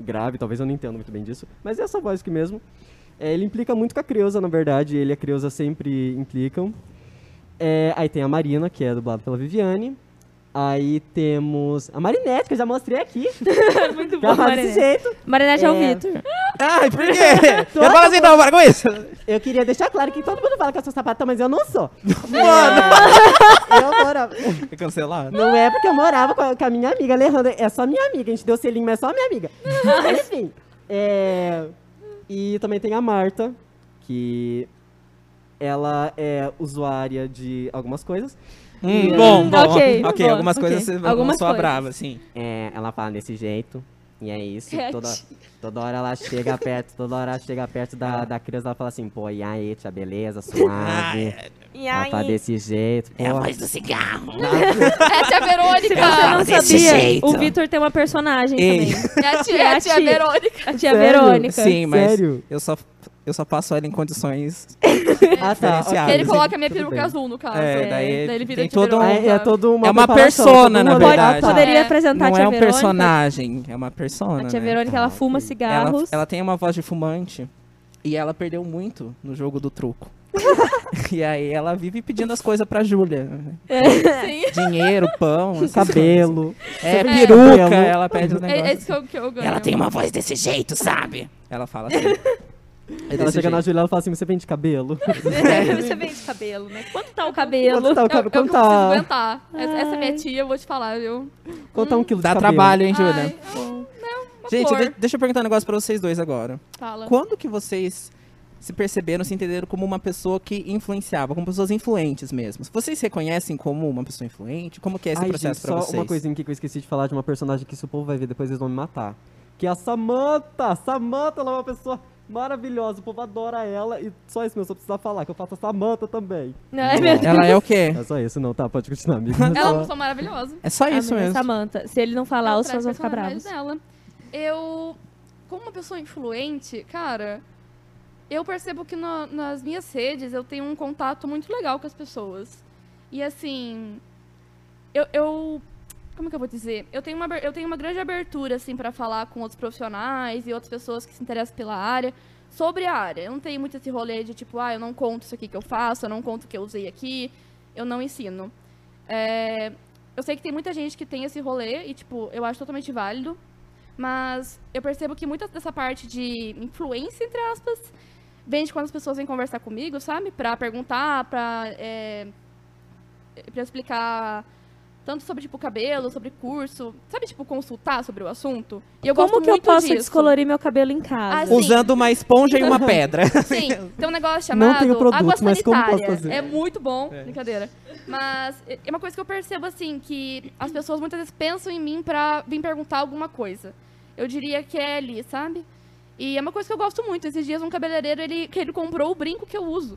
grave, talvez eu não entenda muito bem disso, mas é essa voz aqui mesmo. É, ele implica muito com a Creuza, na verdade, ele e a Creuza sempre implicam. É, aí tem a Marina, que é dublada pela Viviane. Aí temos a Marinette, que eu já mostrei aqui.
Muito
Ela
bom,
fala desse
Marinette.
jeito.
Marinette é o
É.
Vitor.
Ai, por quê? Eu falo assim, não, para com isso.
Eu queria deixar claro que todo mundo fala que eu sou sapatão, mas eu não sou.
Mano.
Eu morava.
É cancelado.
Não é porque eu morava com a, com a minha amiga Alejandra. É só minha amiga. A gente deu selinho, mas é só minha amiga. Mas, Enfim. é, E também tem a Marta, que ela é usuária de algumas coisas.
Hum, bom, bom.
ok,
Ok,
boa,
algumas coisas
ok.
você vai algumas
Algumas
só
coisas.
brava, assim.
É, ela fala desse jeito. E é isso.
Cat.
Toda, toda hora ela chega perto, toda hora ela chega perto da, da criança, ela fala assim, pô, e aí, tia, beleza,
Ah,
suave.
é.
E
ela fala
aí,
desse jeito.
é a
pô."
voz do cigarro.
Essa é a
se você
Verônica.
não
desse
sabia,
jeito.
o Vitor tem uma personagem
Ei.
também.
É a tia, é a tia
Tia.
Verônica.
A tia
Sério?
Verônica.
Sim, mas
Sério?
eu só eu só passo ela em condições
Ah, tá. ok.
diferenciadas.
Ele coloca a minha
Tudo
peruca
bem.
azul, no caso.
É,
né?
daí
ele vira
tem
tia
todo um-
Ah,
Verônica.
é, é toda uma
É uma
preparação,
persona,
todo
na
um
Pode-
verdade.
rolê.
poderia
É.
apresentar a
Não
tia
é um
Verônica.
personagem, é uma persona.
A tia
né?
Verônica, ela fuma
Ela,
cigarros.
ela tem uma voz de fumante e ela perdeu muito no jogo do truco. e aí ela vive pedindo as coisas pra Júlia. Dinheiro, pão, essas
tá. Cabelo.
coisas. É,
cabelo.
peruca, ela pede um os
É, é
negócios.
isso que eu, que eu ganho.
Ela tem uma voz desse jeito, sabe?
Ela fala assim. É
Ela
desse
chega na
jeito.
Juliana e fala assim: você vende cabelo?
Você vende cabelo, né? Quanto tá o cabelo?
Quanto tá
Eu,
o
eu
cabelo?
que eu
Quanto
preciso
tá-
aguentar. Hum. Essa, essa é minha tia, eu vou te falar, viu?
quanto tá um quilo de
Dá
cabelo?
trabalho, hein,
Ai,
Júlia?
é um- é uma
Gente,
flor.
de- deixa eu perguntar um negócio pra vocês dois agora.
Fala.
Quando que vocês se perceberam, se entenderam como uma pessoa que influenciava, como pessoas influentes mesmo? Vocês se reconhecem como uma pessoa influente? Como que é esse
Ai,
processo
gente,
pra
só
vocês?
uma coisinha aqui que eu esqueci de falar de uma personagem que se o povo vai ver depois eles vão me matar. Que é a Samantha. Samantha, ela é uma pessoa maravilhosa. O povo adora ela. E só isso, meu, só precisa falar que eu faço a Samantha também.
Não, é mesmo.
Ela é o quê?
É só isso, não, tá? Pode continuar, amigo.
Ela é uma pessoa maravilhosa.
É só
A
isso mesmo.
menina Samantha. Se ele não falar,
Ela
os fãs
traz
vão ficar bravos.
personalidade dela. Eu, como uma pessoa influente, cara, eu percebo que na- nas minhas redes eu tenho um contato muito legal com as pessoas. E assim, eu, eu- como que eu vou dizer? Eu tenho uma aber- eu tenho uma grande abertura assim para falar com outros profissionais e outras pessoas que se interessam pela área, sobre a área. Eu não tenho muito esse rolê de tipo, ah, eu não conto isso aqui que eu faço, eu não conto o que eu usei aqui, eu não ensino. É, eu sei que tem muita gente que tem esse rolê e, tipo, eu acho totalmente válido. Mas eu percebo que muita dessa parte de influência, entre aspas, vem de quando as pessoas vêm conversar comigo, sabe? Pra perguntar, pra, é, pra explicar Tanto sobre, tipo, cabelo, sobre curso. Sabe, tipo, consultar sobre o assunto? E eu
Como
gosto
que eu
muito
posso
disso.
descolorir meu cabelo em casa?
Assim.
Usando uma esponja e uma pedra.
Sim, tem um negócio chamado
Não tenho produto,
água
mas como posso
sanitária.
fazer?
É muito bom,
É.
brincadeira. Mas é é uma coisa que eu percebo, assim, que as pessoas muitas vezes pensam em mim pra vir perguntar alguma coisa. Eu diria que é ali, sabe? E é uma coisa que eu gosto muito. Esses dias um cabeleireiro, ele, que ele comprou o brinco que eu uso.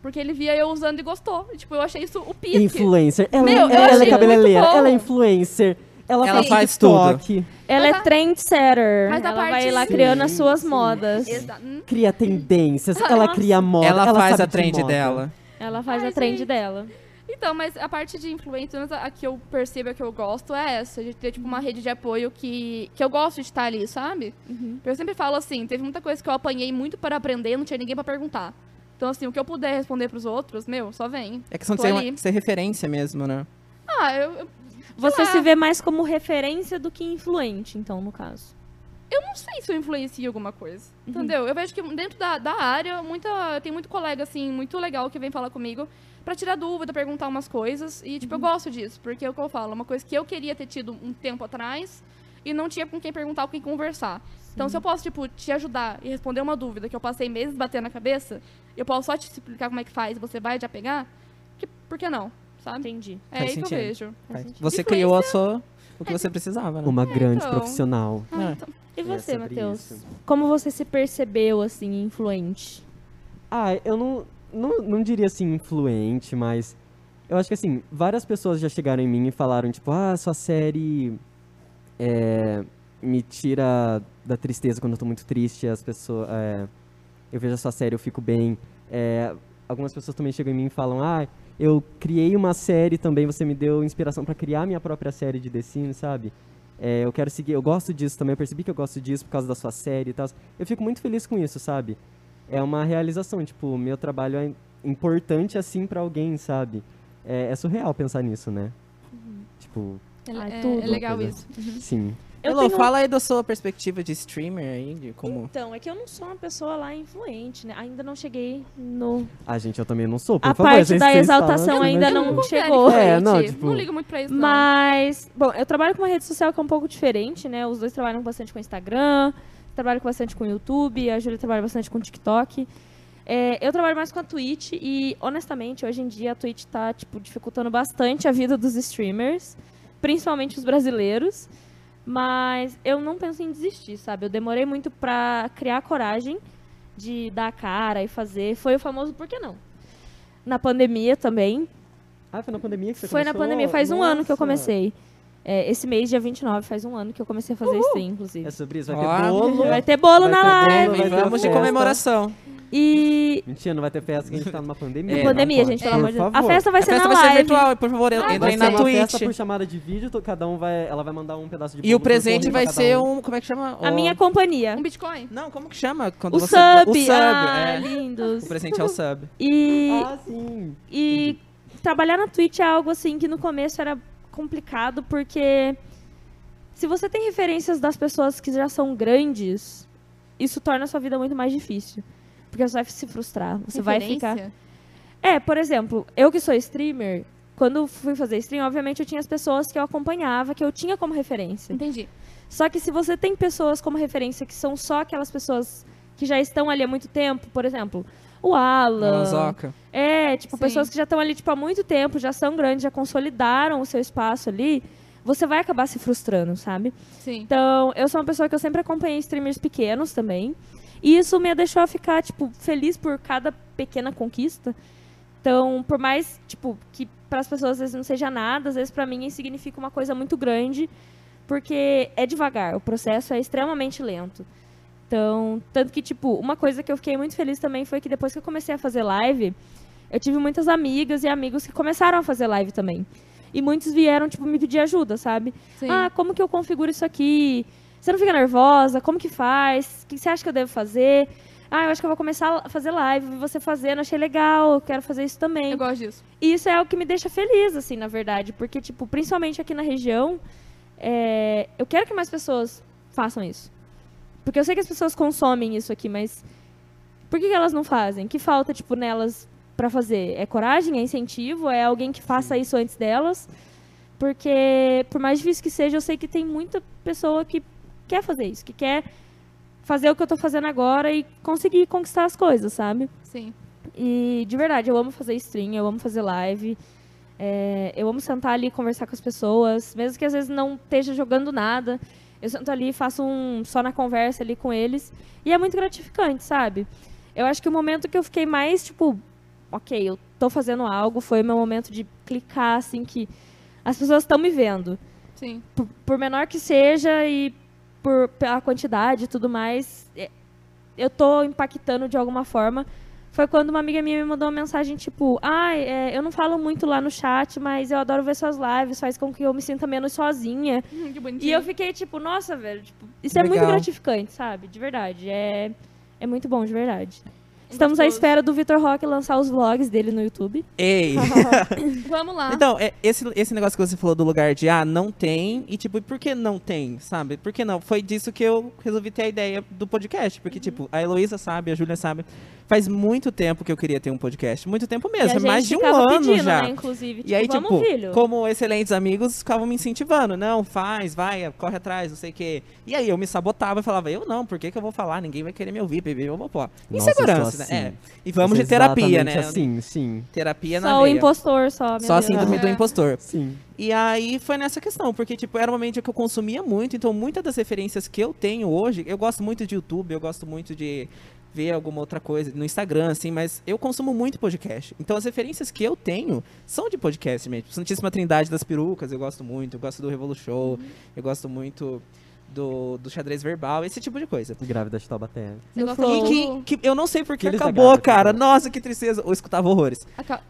Porque ele via eu usando e gostou. E, Tipo, eu achei isso o pique.
Influencer. Ela,
Meu, eu
ela, ela é
achei
cabeleireira,
muito bom.
ela é influencer. Ela,
Ela faz
faz TikTok,
Ela
Mas
é
a-
trendsetter.
mas a
Ela
parte-
vai lá
Sim,
criando as suas modas.
Exa- hum,
cria tendências, ela
Nossa.
cria moda.
Ela, faz
sabe
a
de
trend
moda.
dela.
Ela faz
Ai,
a trend
gente.
dela.
Então, mas a parte de influencers, a a que eu percebo, a que eu gosto é essa. De ter, tipo, uma rede de apoio que, que eu gosto de estar ali, sabe? Eu sempre falo assim, teve muita coisa que eu apanhei muito para aprender, não tinha ninguém para perguntar. Então, assim, o que eu puder responder pros outros, meu, só vem.
É questão de
Tô
ser,
ali.
uma, ser referência mesmo, né?
Ah, eu, eu
Você
lá.
se vê mais como referência do que influente, então, no caso.
não sei se eu influencio alguma coisa,
Uhum.
entendeu? Eu vejo que dentro da, da área, muita, eu tenho muito colega, assim, muito legal que vem falar comigo para tirar dúvida, perguntar umas coisas. E,
Uhum.
tipo, eu gosto disso, porque é o que eu falo, é uma coisa que eu queria ter tido um tempo atrás e não tinha com quem perguntar, com quem conversar. Então, se eu posso, tipo, te ajudar e responder uma dúvida que eu passei meses batendo na cabeça, eu posso só te explicar como é que faz, você vai já pegar, que, por que não, sabe?
Entendi.
É
Faz
aí que eu
sentido.
vejo.
Você criou a sua, o que você precisava, né?
Uma grande
então.
profissional.
Ah,
É.
então,
E você,
sobre
Matheus?
isso.
Como você se percebeu, assim, influente?
Ah, eu não, não, não diria assim influente, mas eu acho que assim, várias pessoas já chegaram em mim e falaram, tipo, ah, sua série é, me tira da tristeza quando eu tô muito triste, as pessoas. é, eu vejo a sua série, eu fico bem. É, algumas pessoas também chegam em mim e falam, ah, eu criei uma série também, você me deu inspiração pra criar minha própria série de The Sims, sabe? É, eu quero seguir, eu gosto disso também, eu percebi que eu gosto disso por causa da sua série e tal. Eu fico muito feliz com isso, sabe? é uma realização. Tipo, meu trabalho é importante assim pra alguém, sabe? É, é surreal pensar nisso, né?
Uhum.
Tipo,
é,
Ai,
é- é
tudo.
legal
Coisa.
isso.
sim.
Eu
Elô,
tenho-
fala aí da sua perspectiva de streamer aí, de como...
Então, é que eu não sou uma pessoa lá influente, né? Ainda não cheguei no...
Ah, gente, eu também não sou. Por
A
favor,
parte
vocês-
da
vocês
exaltação
falam,
ainda
tipo, mas-
não
Eu confere,
chegou.
É,
gente.
não, tipo-
Não ligo muito pra isso, não.
Mas, bom, eu trabalho com uma rede social que é um pouco diferente, né? Os dois trabalham bastante com Instagram, trabalho com bastante com YouTube, a Júlia trabalha bastante com TikTok. É, eu trabalho mais com a Twitch e, honestamente, hoje em dia a Twitch tá, tipo, dificultando bastante a vida dos streamers, principalmente os brasileiros. Mas eu não penso em desistir, sabe? Eu demorei muito pra criar a coragem de dar a cara e fazer. Foi o famoso por que não? Na pandemia também,
Ah, foi na pandemia que você
foi na
começou?
pandemia, faz um ano que eu
Nossa.
comecei. É, esse mês, dia 29, faz um ano que eu comecei a fazer stream, inclusive.
É sobre isso, vai
Ó,
ter bolo.
é.
Vai ter bolo
Vai
na
ter bolo,
live.
vai ter
Vamos de
festa.
comemoração.
E.
Mentira, não vai ter festa que a gente tá numa pandemia.
É, não
pandemia,
pode.
gente, pelo amor de Deus.
Por
A
favor.
festa vai
A
ser
festa
na
vai ser
live.
virtual, por favor,
Vai
entrem
ser
na
uma festa por
Twitch.
chamada de vídeo, to- cada um vai, ela vai mandar um pedaço de bolo.
E o
pro
presente
concorrente
vai
pra
ser
cada um.
um... Como é que chama?
A
O-
minha companhia.
Um Bitcoin?
Não, como que chama? Quando
O
você...
sub.
O sub,
Ah,
é.
lindos.
O presente é o sub.
E.
um
Ah, sim.
E trabalhar na Twitch é algo assim que no começo era complicado, porque se você tem referências das pessoas que já são grandes, isso torna a sua vida muito mais difícil. Porque você vai se frustrar, você vai ficar.
Referência?
É, por exemplo, eu que sou streamer, quando fui fazer stream, obviamente eu tinha as pessoas que eu acompanhava, que eu tinha como referência.
Entendi.
Só que se você tem pessoas como referência que são só aquelas pessoas que já estão ali há muito tempo, por exemplo, o Alan,
Lanzoca.
é, tipo,
Sim.
pessoas que já estão ali tipo, há muito tempo, já são grandes, já consolidaram o seu espaço ali, você vai acabar se frustrando, sabe?
Sim.
Então, eu sou uma pessoa que eu sempre acompanhei streamers pequenos também. E isso me deixou ficar, tipo, feliz por cada pequena conquista. Então, por mais, tipo, que para as pessoas às vezes não seja nada, às vezes para mim significa uma coisa muito grande, porque é devagar, o processo é extremamente lento. Então, tanto que, tipo, uma coisa que eu fiquei muito feliz também foi que depois que eu comecei a fazer live, eu tive muitas amigas e amigos que começaram a fazer live também. E muitos vieram, tipo, me pedir ajuda, sabe?
Sim.
Ah, como que eu configuro isso aqui? Você não fica nervosa? Como que faz? O que você acha que eu devo fazer? Ah, eu acho que eu vou começar a fazer live, vi você fazendo, achei legal, eu quero fazer isso também.
eu gosto disso.
E isso é o que me deixa feliz, assim, na verdade. Porque, tipo, principalmente aqui na região, é, eu quero que mais pessoas façam isso. Porque eu sei que as pessoas consomem isso aqui, mas por que, que elas não fazem? Que falta, tipo, nelas pra fazer? É coragem? É incentivo? É alguém que faça isso antes delas? Porque, por mais difícil que seja, eu sei que tem muita pessoa que quer fazer isso, que quer fazer o que eu tô fazendo agora e conseguir conquistar as coisas, sabe?
Sim.
E, de verdade, eu amo fazer stream, eu amo fazer live. é, eu amo sentar ali e conversar com as pessoas, mesmo que às vezes não esteja jogando nada. Eu sento ali e faço um só na conversa ali com eles. E é muito gratificante, sabe? Eu acho que o momento que eu fiquei mais, tipo, ok, eu tô fazendo algo, foi o meu momento de clicar, assim, que as pessoas estão me vendo.
Sim.
Por, por menor que seja e por, pela quantidade e tudo mais, é, eu tô impactando de alguma forma. Foi quando uma amiga minha me mandou uma mensagem, tipo, ah, é, eu não falo muito lá no chat, mas eu adoro ver suas lives, faz com que eu me sinta menos sozinha.
Hum, Que bonitinho.
E eu fiquei tipo, nossa, velho, tipo, isso é
Legal.
muito gratificante, sabe? De verdade. É, é muito bom, de verdade. Estamos à
gostoso.
espera do Vitor Roque lançar os vlogs dele no YouTube.
Ei!
Vamos lá.
Então, é, esse, esse negócio que você falou do lugar de, ah, não tem, e tipo, e por que não tem, sabe? Por que não? Foi disso que eu resolvi ter a ideia do podcast,
Uhum.
porque, tipo, a Heloísa sabe, a Júlia sabe, faz muito tempo que eu queria ter um podcast, muito tempo
E a
mesmo, é
gente
mais de um
ficava
ano
pedindo,
já.
Né, inclusive.
E aí,
vamos,
tipo,
filho.
como excelentes amigos, ficavam me incentivando. Não, faz, vai, corre atrás, não sei o quê. E aí eu me sabotava e falava, eu não, por que, que eu vou falar? Ninguém vai querer me ouvir, bebê, eu vou pôr.
Nossa, eu sou
Insegurança,
assim.
né? É. E vamos de
Isso é
terapia,
exatamente
né?
Assim, sim,
Terapia na
Só o
veia.
impostor, só. meu
Só assim, a
Deus.
síndrome do
É.
impostor.
sim.
E aí foi nessa questão, porque tipo, era uma mídia que eu consumia muito, então muitas das referências que eu tenho hoje, eu gosto muito de YouTube, eu gosto muito de ver alguma outra coisa no Instagram, assim, mas eu consumo muito podcast. Então as referências que eu tenho são de podcast mesmo. Santíssima Trindade das Perucas, eu gosto muito, eu gosto do Revolu Show,
Uhum.
eu gosto muito do, do xadrez verbal, esse tipo de coisa.
Grávida de Taubaté.
Você
no
gosta
flow.
de
E que, que eu não sei porque
Uhum. Filhos da né?
acabou,
Gávea,
cara.
acabou.
Nossa, que tristeza. Eu escutava horrores.
Aca-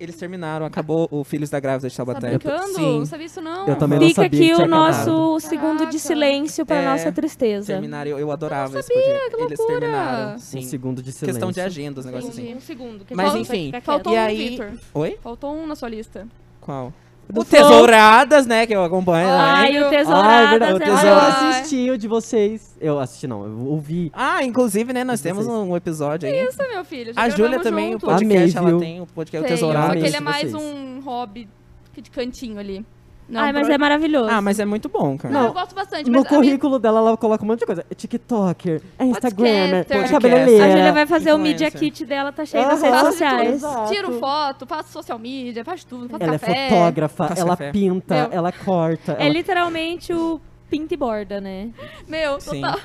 Eles terminaram, acabou o Filhos da Grávida de
Tá
Taubaté.
brincando?
Sim.
Não sabia isso, não.
Eu também não
Fica
sabia que
aqui
tinha
o
acabado.
nosso segundo
Caraca.
de silêncio para
É,
nossa tristeza.
Terminaram, eu, eu adorava esse
sabia,
podcast.
que
Eles
loucura!
terminaram.
Um
Sim.
Um segundo de silêncio.
Questão de agenda, os negócios assim.
Entendi.
Um segundo. que
Mas,
a gente vai
enfim,
ficar quieto.
Faltou
E
um,
aí-
Vitor.
assim. Oi?
Faltou um na sua lista.
Qual?
Do
o
Flow.
Tesouradas, né? Que eu acompanho também.
Ai, o
Ah, é
Tesouradas
verdade.
é
Ah,
Tesouradas.
maravilhoso.
eu assisti o de vocês. Eu assisti, não, eu ouvi.
Ah, inclusive, né? Nós
Vocês.
temos um episódio aí.
Isso, meu filho. já
A Júlia
gravamos
também, o
junto.
podcast, ela
Amei, viu?
tem o podcast
Tem, Só
Tesouradas.
que ele é
Amei
mais
vocês.
um hobby que de cantinho ali. Não,
Ai, mas
pro-
é maravilhoso.
Ah, mas é muito bom, cara.
Não,
Não,
eu gosto bastante.
No
mas a minha-
currículo dela, ela coloca um monte de coisa. É TikToker, é Instagram,
Podcaster.
é
A
cabeleireira.
Júlia vai fazer o media
Influencer.
kit dela, tá cheio
Aham.
nas redes
Faço de
sociais.
tudo. Exato.
Tiro foto, faço social media, faço tudo, faço
Ela é
café.
fotógrafa,
Faço
ela
café.
pinta,
Meu.
ela corta.
É
ela-
literalmente o pinta e borda, né?
Meu,
Sim.
total.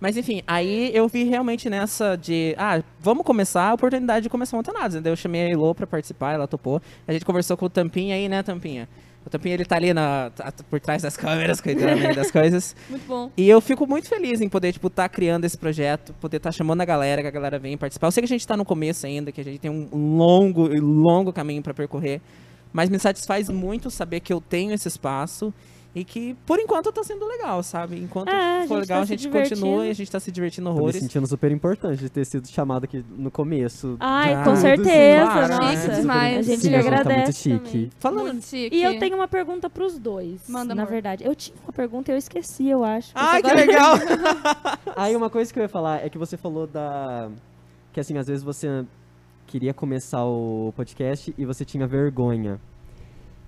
Mas enfim, aí eu vi realmente nessa de, ah, vamos começar a oportunidade de começar um antenados, né? Daí Eu chamei a Elô pra participar, ela topou. A gente conversou com o Tampinha aí, né, Tampinha? O Tampinha, ele tá ali na, tá- tá por trás das câmeras, cuidando aí das coisas.
Muito bom.
E eu fico muito feliz em poder, tipo, tá criando esse projeto, poder estar chamando a galera, que a galera vem participar. Eu sei que a gente tá no começo ainda, que a gente tem um longo e longo caminho para percorrer, mas me satisfaz muito saber que eu tenho esse espaço e que, por enquanto, tá sendo legal, sabe? Enquanto
É, a
for
gente
legal,
tá
a
se
gente continua e
divertindo.
a gente tá se divertindo
Tô me
horrores.
sentindo super importante de ter sido chamada aqui no começo.
Ai,
Já.
com
Tudo,
certeza,
sim, claro,
nossa.
né?
demais.
A gente
Ah, Sim,
lhe
a gente tá muito
agradece. também.
chique.
Falando.
Muito chique.
E eu tenho uma pergunta pros dois.
Manda,
na
amor.
verdade, eu tinha uma pergunta e eu esqueci, eu acho. Mas
Ai, que
agora-
legal!
Aí uma coisa que eu ia falar é que você falou da. Que assim, às vezes você queria começar o podcast e você tinha vergonha.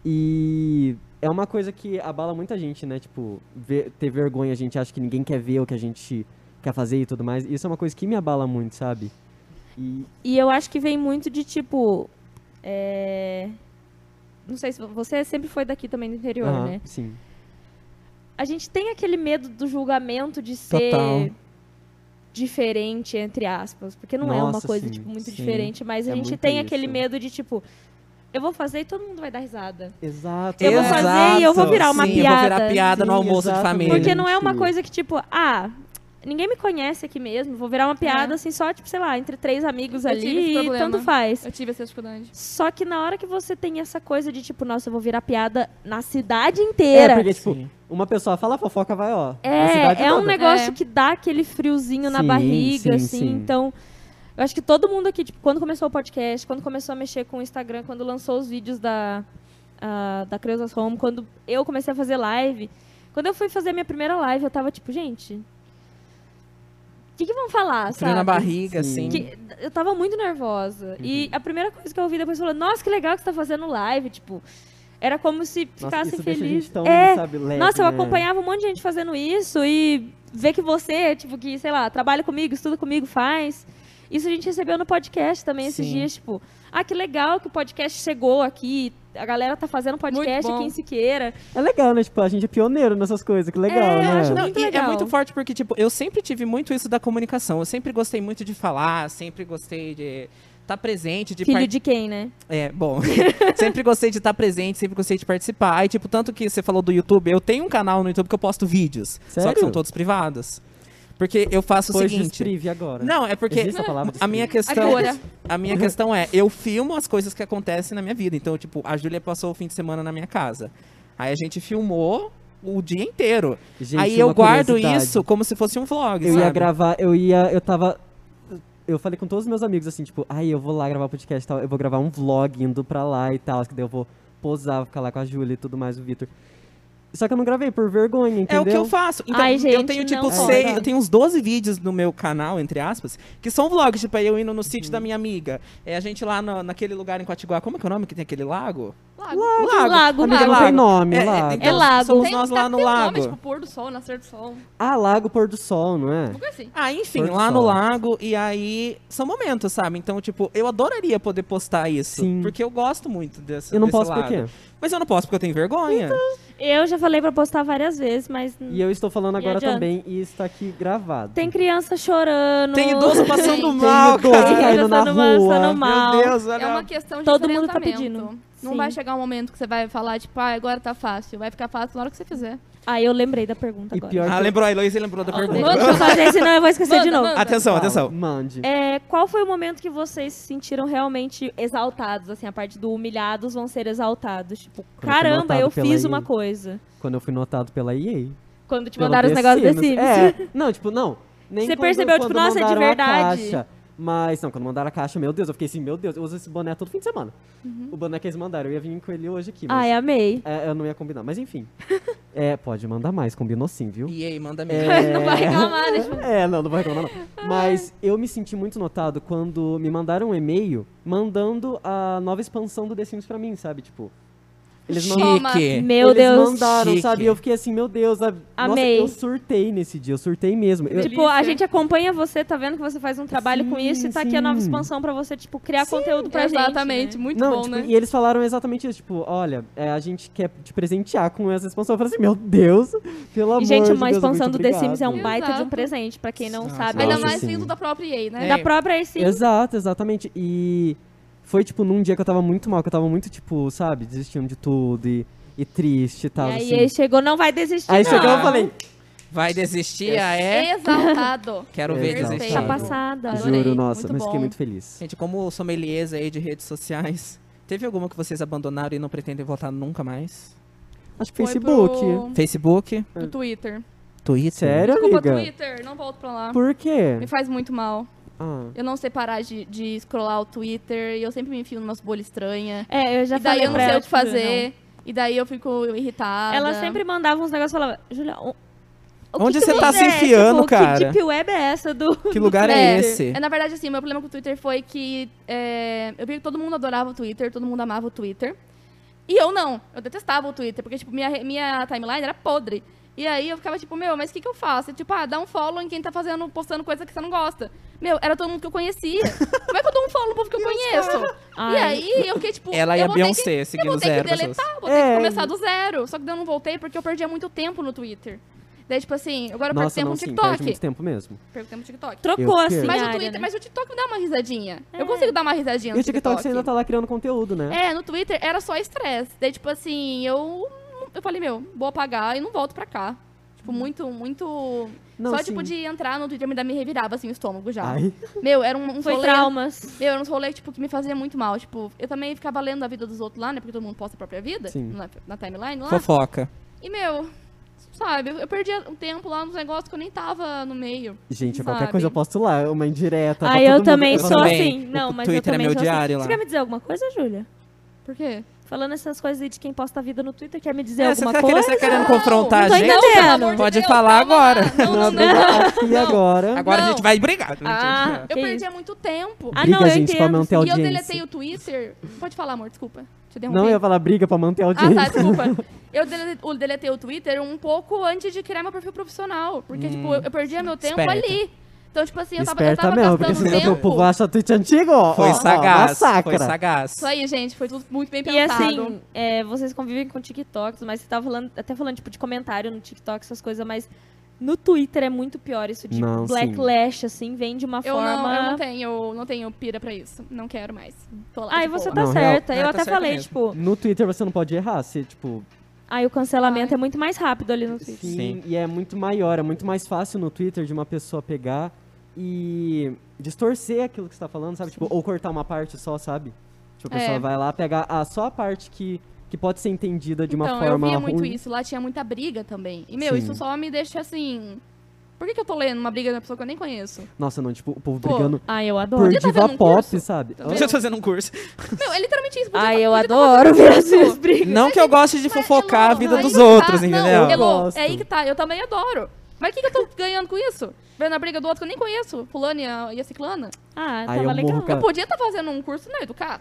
E é uma coisa que abala muita gente, né? Tipo, ver- ter vergonha, a gente acha que ninguém quer ver o que a gente quer fazer e tudo mais. Isso é uma coisa que me abala muito, sabe? E
E eu acho que vem muito de tipo. é, Não sei se você sempre foi daqui também do interior,
Aham,
né?
sim.
A gente tem aquele medo do julgamento de ser
Total.
diferente, entre aspas. Porque não é uma
Nossa,
coisa
sim,
tipo, muito
sim.
diferente, mas a
É
gente
muito
tem
isso.
aquele medo de tipo. Eu vou fazer e todo mundo vai dar risada.
Exato.
Eu vou fazer e eu vou
Exato.
virar uma
Sim, eu vou virar
piada.
piada no
Sim,
almoço de
exatamente.
família.
Porque não é uma
Gente.
coisa que, tipo, ah, ninguém me conhece aqui mesmo, vou virar uma piada, assim, só, tipo, sei lá, entre três amigos
Eu tive esse
ali e
problema.
tanto faz.
Eu tive essa dificuldade.
Só que na hora que você tem essa coisa de, tipo, nossa, eu vou virar piada na cidade
É,
inteira.
porque, tipo,
Sim.
uma pessoa fala fofoca, vai, ó. na cidade
É, é um
toda.
negócio
É.
que dá aquele friozinho na
Sim,
barriga,
sim,
assim.
sim.
Então, eu acho que todo mundo aqui, tipo, quando começou o podcast, quando começou a mexer com o Instagram, quando lançou os vídeos da, ah, da Creusas Home, quando eu comecei a fazer live, quando eu fui fazer a minha primeira live, eu tava tipo, gente, o que, que vão falar,
Frio na
sabe?
barriga, assim.
Sim.
Que- eu
Uhum.
tava muito nervosa. E a primeira coisa que eu ouvi depois falou, nossa, que legal que você tá fazendo live, tipo. Era como se
Nossa,
ficasse
isso deixa a
feliz.
gente tão,
é,
sabe, leve,
nossa, eu
né?
acompanhava um monte de gente fazendo isso e ver que você, tipo, que, sei lá, trabalha comigo, estuda comigo, faz. Isso a gente recebeu no podcast também esses
Sim.
dias, tipo, ah, que legal que o podcast chegou aqui, a galera tá fazendo podcast
bom.
aqui em Siqueira.
É legal, né? Tipo, a gente é pioneiro nessas coisas, que legal,
É, eu
né?
acho
Não,
muito
e é
legal.
muito forte porque, tipo, eu sempre tive muito isso da comunicação. Eu sempre gostei muito de falar, sempre gostei de estar presente, de
Filho
par-
de quem, né?
É, bom. sempre gostei de estar presente, sempre gostei de participar. Aí, tipo, tanto que você falou do YouTube, eu tenho um canal no YouTube que eu posto vídeos. Só que
Sério?
são todos privados. Porque eu faço
Pois
é o seguinte.
destrive agora.
Não, é porque
Existe a palavra
a minha questão.
Agora.
A minha questão é, eu filmo as coisas que acontecem na minha vida. Então, tipo, a Júlia passou o fim de semana na minha casa. Aí a gente filmou o dia inteiro.
Gente,
Aí eu
uma
guardo
curiosidade.
isso como se fosse um vlog,
Eu
sabe?
ia gravar, eu ia, eu tava. Eu falei com todos os meus amigos assim, tipo, ai, eu vou lá gravar podcast e tal, eu vou gravar um vlog indo pra lá e tal, que daí eu vou posar, vou ficar lá com a Júlia e tudo mais, o Vitor. Só que eu não gravei por vergonha, entendeu?
É o que eu faço. Então,
Ai,
eu
gente,
tenho,
não é.
tipo,
pode.
sei, eu tenho uns 12 vídeos no meu canal, entre aspas, que são vlogs, tipo, aí eu indo no sítio da minha amiga. É a gente lá na- naquele lugar em Quatiguá. Como é que é o nome que tem aquele lago?
Lago.
Lago.
Um Lago,
Amiga, não
Lago.
tem nome,
É,
é,
é,
lago.
então,
É lago.
Somos
Tem-
nós
tá-
lá no
tem
lago.
é,
Nome, tipo, pôr do sol, nascer do sol.
Ah, lago pôr do sol, não é?
Uma coisa assim.
Ah, enfim,
Pôr do
lá no
sol.
lago, e aí são momentos, sabe? Então, tipo, eu adoraria poder postar isso.
Sim.
Porque eu gosto muito desse.
Eu não
desse
posso
lado.
por quê?
Mas eu não posso porque eu tenho vergonha.
Então, Eu já falei pra postar várias vezes, mas
E eu estou falando
E
agora
adianta.
também e está aqui gravado.
tem criança chorando.
Tem idoso passando
Tem
mal,
idoso
cara.
Tá
Tem
caindo
criança
na
passando mal,
rua.
passando
Meu
mal.
Meu Deus, olha.
É uma questão de
Todo mundo tá
enfrentamento.
pedindo.
Não
Sim.
vai chegar um momento que você vai falar, tipo, ah, agora tá fácil. Vai ficar fácil na hora que você fizer.
Ah, eu lembrei da pergunta
E
agora.
pior
Ah,
que
lembrou, a Heloísa lembrou da pergunta.
Deixa eu fazer, senão eu vou esquecer de
Manda,
novo.
manda.
Atenção, atenção.
Ah, Mande.
É, qual foi o momento que vocês se sentiram realmente exaltados? Assim, a parte do humilhados vão ser exaltados. Tipo,
foi
caramba,
notado
eu
pela
fiz
EA.
uma coisa.
Quando eu fui notado pela tipo, EA.
Quando te
Pela
mandaram os
The
negócios The
Sims.
Sims.
É. Não, tipo, não. Nem
Você
quando-
percebeu,
quando
tipo, nossa, é de
mandaram a
verdade.
caixa. Mas, não, quando mandaram a caixa, meu Deus, eu fiquei assim, meu Deus, eu uso esse boné todo fim de semana.
Uhum.
O boné que eles mandaram, eu ia vir com ele hoje aqui, mas
Ai, amei.
é, eu não ia combinar. Mas enfim, é, pode mandar mais, combinou sim, viu?
E aí, manda mesmo.
É...
Não vai reclamar, né?
É, não, não vai reclamar, não. Mas eu me senti muito notado quando me mandaram um e-mail mandando a nova expansão do The Sims pra mim, sabe? Tipo, eles mandaram
Chique.
Meu
É, eles
Deus.
mandaram,
Chique.
sabe? E eu fiquei assim, meu Deus, sabe? Nossa,
Amei.
eu surtei nesse dia, eu surtei mesmo. Eu-
Tipo, a gente acompanha você, tá vendo que você faz um trabalho com
Sim,
isso e tá
sim.
aqui a nova expansão pra você, tipo, criar conteúdo pra
Exatamente,
gente. né?
muito
não,
bom,
tipo,
né?
e eles falaram exatamente isso, tipo, olha, é, a gente quer te presentear com essa expansão. Eu falei assim, meu Deus, pelo amor
E,
de Deus,
gente, uma
muito
expansão do The
obrigado.
Sims é um baita de um
Exato.
presente, pra quem não
Nossa,
sabe.
Ainda
Nossa, assim,
mais
sim.
vindo da própria EA, né?
É.
Da própria Sim.
Exato, exatamente. E foi, tipo, num dia que eu tava muito mal, que eu tava muito, tipo, sabe, desistindo de tudo e, e triste e tal,
e aí
assim.
ele chegou, não vai desistir.
Aí
não.
chegou eu falei,
Vai desistir, ah, é?
Exaltado.
Quero ver
Exato.
desistir.
Tá
Sabe.
passada.
Adorei,
juro, nossa,
muito
mas fiquei
bom.
muito feliz.
Gente, como sommeliers aí de redes sociais, teve alguma que vocês abandonaram e não pretendem voltar nunca mais?
Acho que
Foi
Facebook.
Pro,
Facebook,
pro Twitter.
Twitter.
Sério,
Desculpa,
amiga?
Twitter, não volto pra lá.
Por quê?
Me faz muito mal.
Ah,
Eu não sei parar de, de scrollar o Twitter e eu sempre me enfio numas bolhas estranhas.
É, eu já
e daí
falei
eu não
pra
sei
ela,
o que
tipo,
fazer. E daí eu fico irritada.
Ela sempre mandava uns negócios e falava, Julia, o- o que
Onde
que
você tá se
é?
enfiando,
Tipo,
cara?
Que deep web é essa do...
Que lugar é, esse?
na verdade, assim, meu problema com o Twitter foi que é, eu vi que todo mundo adorava o Twitter, todo mundo amava o Twitter. E eu não, eu detestava o Twitter, porque, tipo, minha, re- minha timeline era podre. E aí eu ficava tipo, meu, mas o que, que eu faço? E, tipo, ah, dá um follow em quem tá fazendo, postando coisa que você não gosta. Meu, era todo mundo que eu conhecia. Como é que eu dou um follow no povo que eu conheço? E
Ai,
aí eu fiquei tipo.
Ela e
eu
a
vou ter
Beyoncé
que-
seguindo
Eu vou ter
zero
que
pessoas.
deletar, vou
É.
ter que começar do zero. Só que daí eu não voltei porque eu perdia muito tempo no Twitter. Daí, tipo assim, agora eu perco
nossa,
tempo
não,
no
sim, perde
TikTok.
muito tempo mesmo.
Perco tempo no TikTok.
Trocou
Eu
assim,
quero.
Mas
a
o,
área,
Twitter,
né? É.
mas o TikTok me dá uma risadinha. Eu consigo dar uma risadinha
E
no
o TikTok você ainda tá lá criando conteúdo, né?
um É, no Twitter era só estresse. Daí, tipo assim, eu, eu falei, meu, vou apagar e não volto pra cá. Tipo, muito, muito.
Não,
só,
sim.
tipo, de entrar no Twitter me, dá- me revirava, assim, o estômago já.
Ai,
Meu, era um, um
Foi
rolê-
traumas.
Meu, era uns rolês, tipo, que me fazia muito mal. Tipo, eu também ficava lendo a vida dos outros lá, né? Porque todo mundo posta a própria vida
Sim.
na, na timeline lá.
Fofoca.
E, meu, sabe, eu, eu perdia um tempo lá nos negócios que eu nem tava no meio.
gente,
Sabe.
qualquer coisa eu posto lá, uma indireta. pra
Aí
Tá,
eu
todo mundo.
também
Eu
sou
também.
também.
assim. Não,
O
mas
Twitter é
eu também
meu
sou assim.
diário lá.
Você quer me dizer alguma coisa, Júlia?
Por Por quê?
Falando essas coisas aí de quem posta a vida no Twitter, quer me dizer
É, você
alguma
tá
coisa?
querendo, você tá querendo confrontar
não
a
tô
gente?
entendendo.
pelo amor de
Pode
Deus,
falar
calma lá.
agora.
Não, não,
Não,
não.
"Ah, E agora?
Agora a
Não.
gente vai brigar.
Ah,
Eu
que
perdi
isso.
há muito tempo.
Ah,
briga,
não, eu
gente, pra
entendo.
manter a
e eu
audiência.
deletei o Twitter. Pode falar, amor, desculpa. Te derrubei.
Não, eu ia falar briga pra manter a
Ah, tá,
audiência.
desculpa. Eu dele- o- deletei o Twitter um pouco antes de criar meu perfil profissional. Porque,
Hum.
tipo, eu, eu perdia meu tempo
Esperta.
ali. Então, tipo assim, eu tava, eu
Esperta
tava
mesmo, porque
gastando
senão
tempo.
o povo acha tweet antigo, ó. ó,
Foi
ó,
sagaz.
massacra.
Foi sagaz.
Isso aí, gente, foi tudo muito bem
E
pensado.
assim, é, vocês convivem com TikToks, mas você tava falando, até falando tipo de comentário no TikTok, essas coisas, mas no Twitter é muito pior isso de
Não,
blacklash, assim, vem de uma
eu,
forma.
não, eu não tenho, não tenho pira pra isso. Não quero mais. Tô lá.
Ai,
de
você
boa.
tá
Não, real.
certa.
É,
eu
tá
até
certa
falei,
mesmo.
tipo,
No Twitter você não pode errar, você, tipo,
ai, o cancelamento
Ai.
é muito mais rápido ali no Twitter.
Sim, e é muito maior, é muito mais fácil no Twitter de uma pessoa pegar e distorcer aquilo que você tá falando, sabe? Tipo, ou cortar uma parte só, sabe? Tipo, a pessoa
É.
vai lá pegar a, só a parte que, que pode ser entendida de uma
então,
forma
eu via muito
ruim.
isso. Lá tinha muita briga também. E, meu,
Sim.
isso só me deixa assim... Por que, que eu tô lendo uma briga da pessoa que eu nem conheço?
Nossa, não, tipo, o povo
Pô,
brigando
Ai, eu
por
adoro.
Podia tá
diva
vendo um
pop,
curso?
sabe?
Tá
Ó,
Deixa eu fazer um curso.
Meu, é literalmente isso. Podia
Ai,
tá-
eu
podia tá
adoro
fazendo
ver as
isso.
suas brigas.
Não que eu goste de
Mas,
fofocar a
Elô,
vida
aí
dos
que tá.
outros,
Não,
entendeu?
Elô,
Gosto.
é aí que tá. Eu também adoro. Mas o que, que eu tô ganhando com isso? Vendo a briga do outro que eu nem conheço, fulano e a, e a ciclana.
Ah, tava
Ai, eu
legal.
morro, cara.
Podia estar fazendo um curso não educar.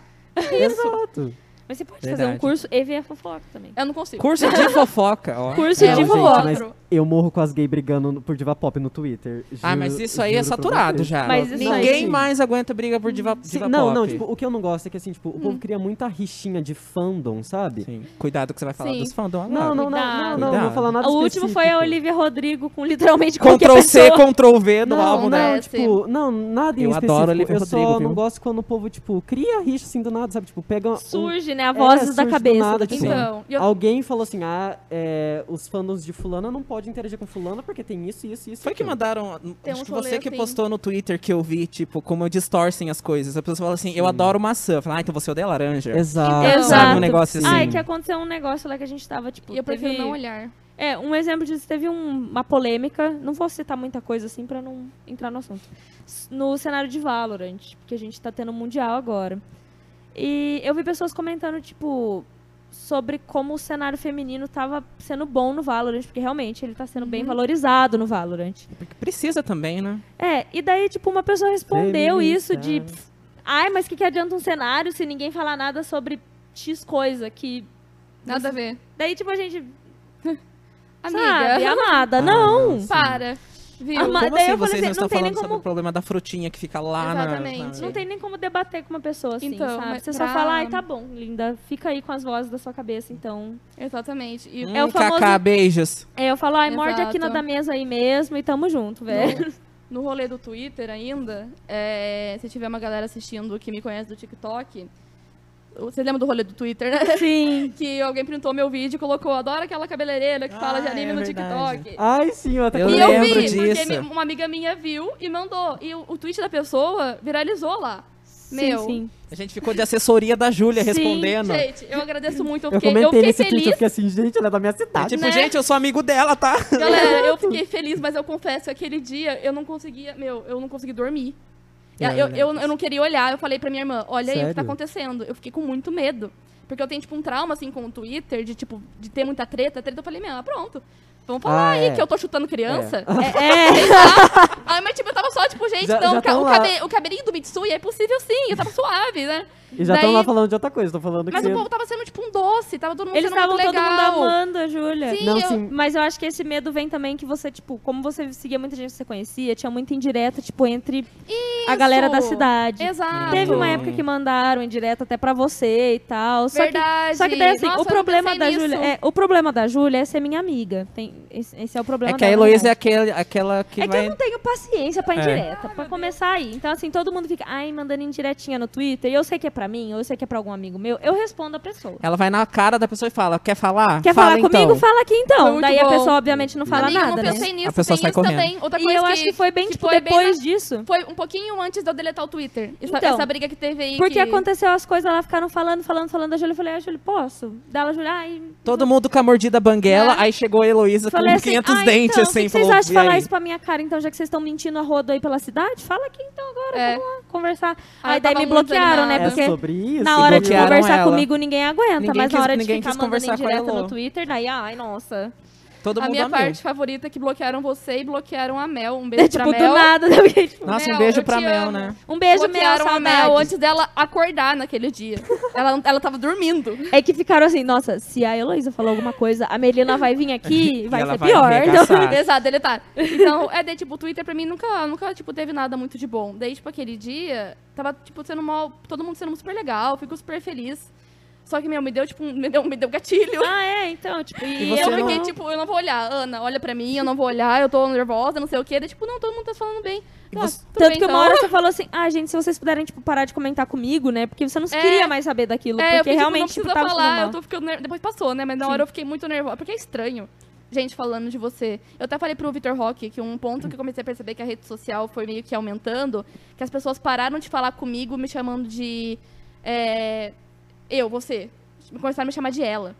Exato.
Mas você pode fazer um
Verdade.
curso e ver a fofoca também.
Eu não consigo.
Curso de fofoca, ó.
Curso
É,
de
Não, gente,
fofoca.
mas eu morro com as gays brigando no- por diva pop no Twitter.
Ah, mas
juro-
isso aí é
juro pra
saturado
vocês.
já.
Mas isso
Ninguém
aí-
mais aguenta briga por diva,
Sim,
diva
não,
pop.
não, tipo, o que eu não gosto é que assim, tipo, o povo cria muita rixinha de fandom, sabe?
Sim. Cuidado que você vai falar
Sim.
dos fandom agora.
Não, não, não, não, não,
Cuidado.
não, vou falar nada
O último foi a
específico.
Olivia Rodrigo com literalmente qualquer
Ctrl C,
pessoa.
Ctrl V do
não,
álbum né?
não,
dela.
dela.
tipo, não, nada em
Eu
específico.
adoro Olivia
eu
Rodrigo,
só
viu?
não gosto quando o povo, tipo, cria rixa assim do nada, sabe? Tipo, pega um-
Surge, né? A
É,
vozes
surge
da
do
cabeça.
nada,
da
tipo,
pessoa.
Então, e eu-
alguém falou assim, ah, é, os fandoms de fulana não podem interagir com fulana porque tem isso, isso, isso.
Foi que
aquilo.
mandaram.
Tem
acho
uns
que você
rolê
que
assim.
postou no Twitter que eu vi, tipo, como distorcem as coisas. A pessoa fala assim, eu adoro maçã. Fala, ah, então você odeia laranja.
Exato.
Exato.
Sabe um negócio assim?
Ai, que aconteceu um negócio lá que a gente tava, tipo,
e eu prefiro
teve...
não olhar.
É, um exemplo disso, teve um- uma polêmica, não vou citar muita coisa assim pra não entrar no assunto. S- No cenário de Valorant, porque a gente tá tendo o mundial agora. E eu vi pessoas comentando, tipo, sobre como o cenário feminino tava sendo bom no Valorant, porque realmente ele tá sendo
Uhum.
bem valorizado no Valorant.
Porque precisa também, né?
É, e daí, tipo, uma pessoa respondeu
Feminista.
isso de. "Pff, Ai, mas o que, que adianta um cenário se ninguém falar nada sobre X coisa que.
Nada a ver.
Daí, tipo, a gente.
Amiga,
Sabe, amada, não!
para. Viu?
Ama- Mas
como
daí
assim
eu
vocês
falei
não
assim,
estão
não tem
falando
nem
sobre
como-
o problema da frutinha que fica lá na-
Exatamente.
na...
Não tem nem como debater com uma pessoa assim,
Então,
sabe?
mas
Você
pra-
só fala, ai, tá bom, linda, fica aí com as vozes da sua cabeça, então.
Exatamente. E
Hum,
É o famoso-
Cacá, beijos.
É, eu falo, ai, morde
Exato.
aqui na da mesa aí mesmo e tamo junto, velho.
no rolê do Twitter ainda, é, se tiver uma galera assistindo que me conhece do TikTok, vocês lembram do rolê do Twitter, né?
Sim.
Que alguém printou meu vídeo e colocou, adoro aquela cabeleireira que fala de
Ah, é
anime no
verdade.
TikTok.
Ai, sim, eu até
Eu
e
falei-
eu
lembro
vi, porque
disso.
mi- uma amiga minha viu e mandou. E o, o tweet da pessoa viralizou lá. Meu.
Sim, sim.
A gente ficou de assessoria da Júlia
Sim,
respondendo.
Gente, eu agradeço muito. Eu
Eu
fiquei, eu
comentei
fiquei
nesse
feliz.
tweet, eu fiquei assim, gente, ela é da minha
É
cidade.
tipo,
né?
gente, eu sou amigo dela, tá?
Galera, eu fiquei feliz, mas eu confesso que aquele dia eu não conseguia, meu, eu não consegui dormir. E a- Eu, eu, eu não queria olhar, eu falei pra minha irmã, olha aí o que tá
Sério?
acontecendo. Eu fiquei com muito medo. Porque eu tenho, tipo, um trauma, assim, com o Twitter, de, tipo, de ter muita treta, treta. Eu falei, meu, ah, pronto. Vamos falar
Ah,
aí
é.
que eu tô chutando criança.
É, é,
Aí, mas, tipo, eu tava só, tipo, gente,
Já-
então,
já
o, ca-
tão
o,
lá.
cabe- o cabelinho do Mitsui é possível sim, eu tava suave, né?
E já estão
Daí-
lá falando de outra coisa, tô falando
Mas
que...
o povo tava sendo, tipo, um doce, tava todo mundo
eles
sendo
estavam
muito
todo
legal.
mundo amando a Júlia.
Sim,
Não,
eu-
sim,
Mas eu acho que esse medo vem também que você, tipo, como você seguia muita gente que você conhecia, tinha muita indireta, tipo, entre a galera da cidade.
Exato.
Teve uma
Hum.
época que mandaram indireta até pra você e tal. Só que,
Verdade.
só que daí, assim,
Nossa,
o
eu não
problema
pensei
da
nisso.
Júlia é, o problema da Júlia é ser minha amiga. Tem, esse, esse é o problema
É que a
dela,
Heloísa é
né?
aquele, aquela que
É que
vai...
eu não tenho paciência pra
É.
indireta, pra começar aí. Então, assim, todo mundo fica, ai, mandando indiretinha no Twitter, e eu sei que é pra mim, ou eu sei que é pra algum amigo meu, eu respondo a pessoa.
Ela vai na cara da pessoa e fala, quer falar?
Quer
fala
falar comigo?
então.
Fala aqui
Foi
então.
muito
Daí a
bom.
pessoa, obviamente, não fala
Amiga, eu
nada,
não
né?
pensei nisso,
A pessoa
tem
sai
isso
correndo.
também. Outra
E
coisa
eu acho que foi bem, tipo,
foi bem
depois disso.
Foi um pouquinho antes de eu deletar o Twitter. Essa,
Então,
essa briga que teve aí.
Porque
que...
aconteceu as coisas, ela ficaram falando, falando, falando. A Júlia, eu falei, ah, Júlia, posso? Daí ela, Júlia, ai...
Todo mundo com a mordida banguela,
Né?
aí chegou a Heloísa com
Falei assim,
500
ah,
dentes,
então,
assim,
o que que vocês
falou,
acham de
"E
falar
aí?"
isso pra minha cara, então, já que vocês estão mentindo a rodo aí pela cidade? Fala aqui então agora,
É.
vamos lá conversar.
Ah,
Aí
eu
daí
tava
me
muito
bloquearam, né?
É
desanimada.
Porque
é sobre isso.
Na hora de
bloquearam
conversar
ela.
comigo, ninguém aguenta.
Ninguém
mas
quis-
na hora de
ninguém
ficar
quis
mandando
conversar com a
indireta
Elô.
no Twitter, daí, ai, nossa.
Todo
A
mundo
minha
amou.
parte favorita é que bloquearam você e bloquearam a Mel. Um beijo
É, tipo,
pra Mel.
do nada. né? Porque, tipo,
Nossa, um
Mel,
beijo
eu
pra
te
Mel,
amo.
né?
um beijo, Mel,
bloquearam a
saudades.
Mel antes dela acordar naquele dia. Ela, ela tava dormindo.
É que ficaram assim, nossa, se a Heloísa falou alguma coisa, a Melina vai vir aqui e vai
ela
ser
vai
pior.
arregaçar. Tá.
Exato, ele tá. Então, é, daí, tipo, o Twitter pra mim nunca, nunca, tipo, teve nada muito de bom. Daí, tipo, aquele dia, tava, tipo, sendo mal, todo mundo sendo super legal, fico super feliz. Só que, meu, me deu, tipo, um- me deu, me deu gatilho.
Ah, é, então, tipo, e,
E você
eu
não-
fiquei, tipo, eu não vou olhar. Ana, olha pra mim, eu não vou olhar, eu tô nervosa, não sei o quê. Daí, tipo, não, todo mundo tá falando bem.
E
Ah,
você-
tudo
Tanto
bem,
que
então.
uma hora você falou assim, ah, gente, se vocês puderem, tipo, parar de comentar comigo, né? Porque você não
É.
queria mais saber daquilo.
É, eu
porque
fiquei, tipo, não
realmente, tipo,
precisa
tava
falar, eu
ficando mal.
tô ficando nervosa. Depois passou, né? Mas na hora eu fiquei muito nervosa. Porque é estranho, gente, falando de você. Eu até falei pro Vitor Roque que um ponto que eu comecei a perceber que a rede social foi meio que aumentando, que as pessoas pararam de falar comigo me chamando de. é, eu, você. Começaram a me chamar de ela.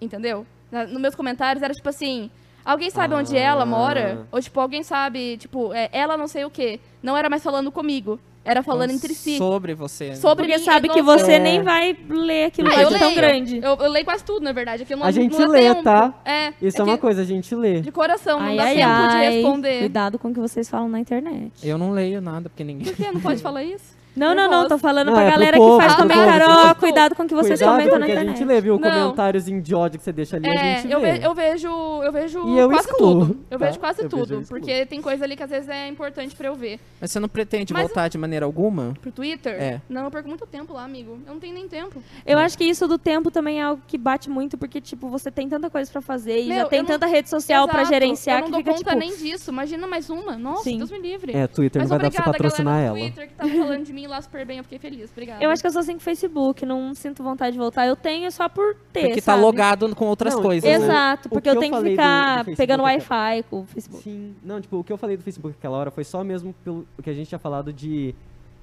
Entendeu? Na- Nos meus comentários era tipo assim. Alguém sabe onde
Ah.
ela mora? Ou tipo, alguém sabe, tipo, é, ela não sei o quê. Não era mais falando comigo. Era falando entre si.
Sobre você. né?
Sobre
Porque
mim,
sabe
eu
que
não sou-
você
É.
nem vai ler aquilo
Ah,
vai
eu
ser é tão
leio.
grande.
Eu, eu leio quase tudo, na verdade. Aqui eu não,
A gente
não dá
lê,
tempo.
tá?
É.
Isso é,
que
uma coisa, a gente lê.
De coração, não
ai,
dá
ai,
tempo
ai,
de responder.
cuidado com o que vocês falam na internet.
Eu não leio nada, porque ninguém.
Por que? Não pode falar isso?
Não, não, não, tô falando
Não,
pra
é pro
galera
povo,
que faz
pro povo.
comentário,
Ah,
ó,
povo.
cuidado com o que vocês
Cuidado,
comentam na
porque a
internet.
gente lê, viu?
Não.
Comentários em ódio que você deixa ali, a gente
É, eu,
lê.
ve- eu vejo, eu vejo
E eu
quase
excluo,
tudo. Eu
tá?
vejo quase
Eu vejo, eu
tudo.
excluo.
porque tem coisa ali que às vezes é importante pra eu ver.
Mas você não pretende
Mas-
voltar de maneira alguma?
Pro Twitter?
É.
Não, eu perco muito tempo lá, amigo. Eu não tenho nem tempo.
Eu acho que isso do tempo também é algo que bate muito, porque, tipo, você tem tanta coisa pra fazer e
Meu,
já tem
eu não-
tanta rede social é pra
Exato,
gerenciar
Eu não
que
dou
fica, tipo...
conta nem disso. Imagina mais uma. Nossa,
Sim.
Deus me livre.
É, Twitter
Mas
não vai dar pra
obrigada,
você patrocinar
galera do
ela.
Twitter que tava falando de mim lá super bem. Eu fiquei feliz. Obrigada.
Eu acho que eu sou assim com Facebook, não sinto vontade de voltar. Eu tenho só por ter,
Porque tá
sabe?
logado com outras
Não,
coisas. né?
Exato,
é O
porque
que
eu
eu
tenho que
falei do-
ficar
do Facebook
pegando
até-
Wi-Fi com o Facebook.
Sim. Não, tipo, o que eu falei do Facebook aquela hora foi só mesmo pelo o que a gente tinha falado de.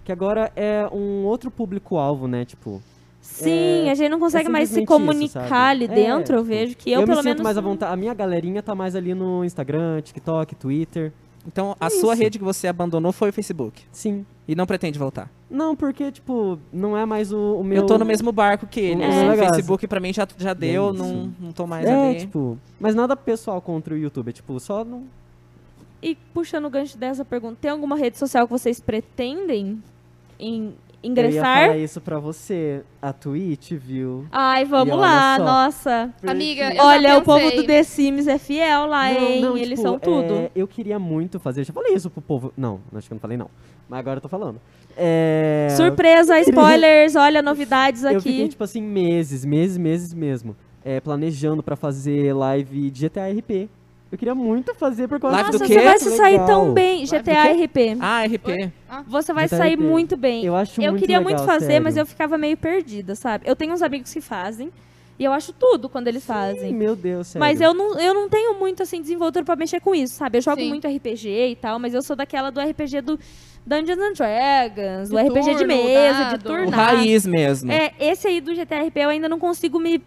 Que agora é um outro público-alvo, né? Tipo,
Sim, a gente não consegue mais se
é, simplesmente isso,
comunicar
sabe?
ali
É,
dentro, eu
tipo,
vejo que eu,
eu, me
pelo
sinto
menos.
mais à vontade. A minha galerinha tá mais ali no Instagram, TikTok, Twitter.
Então, a
É
Isso.
sua rede que você abandonou foi o Facebook.
Sim.
E não pretende voltar.
Não, porque, tipo, não é mais o, o meu.
Eu tô no mesmo barco que ele.
o
assim,
meu
o
negócio.
Facebook pra mim já, já deu,
isso.
não, não tô mais
É,
ali.
tipo. Mas nada pessoal contra o YouTube. É, tipo, só não.
E puxando o gancho dessa pergunta, tem alguma rede social que vocês pretendem em-
Eu ia
ingressar?
falar isso pra você. A Twitch, viu?
Ai,
E
vamos
olha
lá,
só.
nossa.
Amiga, eu já
Olha, o povo
pensei.
do The Sims é fiel lá,
Não,
hein?
não,
Eles
tipo,
são tudo.
é, eu queria muito fazer. Eu já falei isso pro povo. Não, acho que eu não falei, não. Mas agora eu tô falando. É,
Surpresa, spoilers, olha novidades
Eu fiquei,
aqui.
tipo assim, meses, meses, meses mesmo. é, planejando pra fazer live de GTA RP. Eu queria muito fazer por causa
Live do
Nossa,
quê?
você vai se
Legal.
sair tão bem,
Live do
GTA
quê?
RP.
Ah, RP.
Você vai
GTA
sair
RP.
muito bem.
Eu acho muito
queria
legal,
muito fazer,
sério.
mas eu ficava meio perdida, sabe? Eu tenho uns amigos que fazem e eu acho tudo quando eles
Ih,
fazem.
Meu Deus, sério.
Mas eu não, eu não tenho muito, assim, desenvoltura pra mexer com isso, sabe? Eu jogo
Sim.
muito RPG e tal, mas eu sou daquela do RPG do Dungeons and Dragons,
De
o RPG de
turno,
mesa, de
dado.
O
turnar.
raiz mesmo.
É, esse aí do GTRP eu ainda não consigo me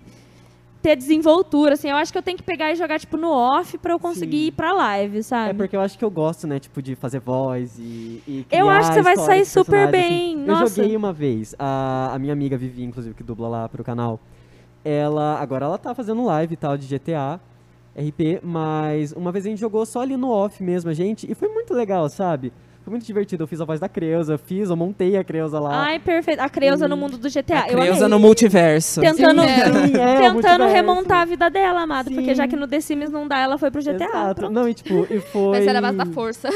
ter desenvoltura, assim. Eu acho que eu tenho que pegar e jogar, tipo, no off pra eu conseguir
Sim.
ir pra live, sabe?
É porque eu acho que eu gosto, né, tipo, de fazer voz e, e
Eu
criar
acho que você vai
história
sair
de
super
personagem, assim.
bem,
Eu
nossa.
joguei uma vez, a, a minha amiga Vivi, inclusive, que dubla lá pro canal, ela, agora ela tá fazendo live e tal de GTA, RP, mas uma vez a gente jogou só ali no off mesmo, a gente, e foi muito legal, sabe? Foi muito divertido, eu fiz a voz da Creuza, fiz, eu montei a Creuza lá.
Ai, perfeito. A Creuza
Hum.
no mundo do GTA.
A
eu
Creuza
amei.
no multiverso.
Tentando,
Sim, é,
o
tentando
multiverso.
remontar a vida dela, amada. Porque
Sim.
já que no The Sims não dá, ela foi pro GTA.
Exato.
pronto.
Não, e tipo, e foi...
Vai ser a base da força.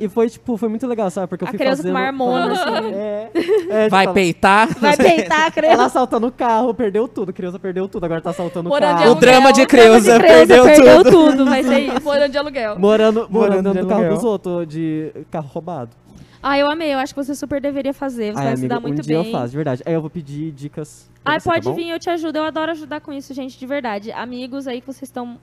E foi, tipo, foi muito legal, sabe? Porque eu
A
fui
Creuza com
fazendo...
uma harmona,
falando- É, é,
Vai
tipo,
peitar.
Vai peitar a Creuza.
Ela assaltando o carro, perdeu tudo. Criança perdeu tudo, agora tá assaltando o
Moradia
carro.
O drama de Creuza,
A Creuza
perdeu,
perdeu
tudo.
tudo. vai ser isso.
Morando de aluguel.
Morando, morando
Morando de
no carro
aluguel.
dos outros, de carro roubado.
Ah, eu amei. Eu acho que você super deveria fazer. Você
Ai,
vai se
amiga,
dar
um
muito
dia
bem.
eu faço, de verdade. Aí eu vou pedir dicas. pra
Ai,
você, tá
pode
bom?
vir, eu te ajudo. Eu adoro ajudar com isso, gente, de verdade. Amigos aí que vocês estão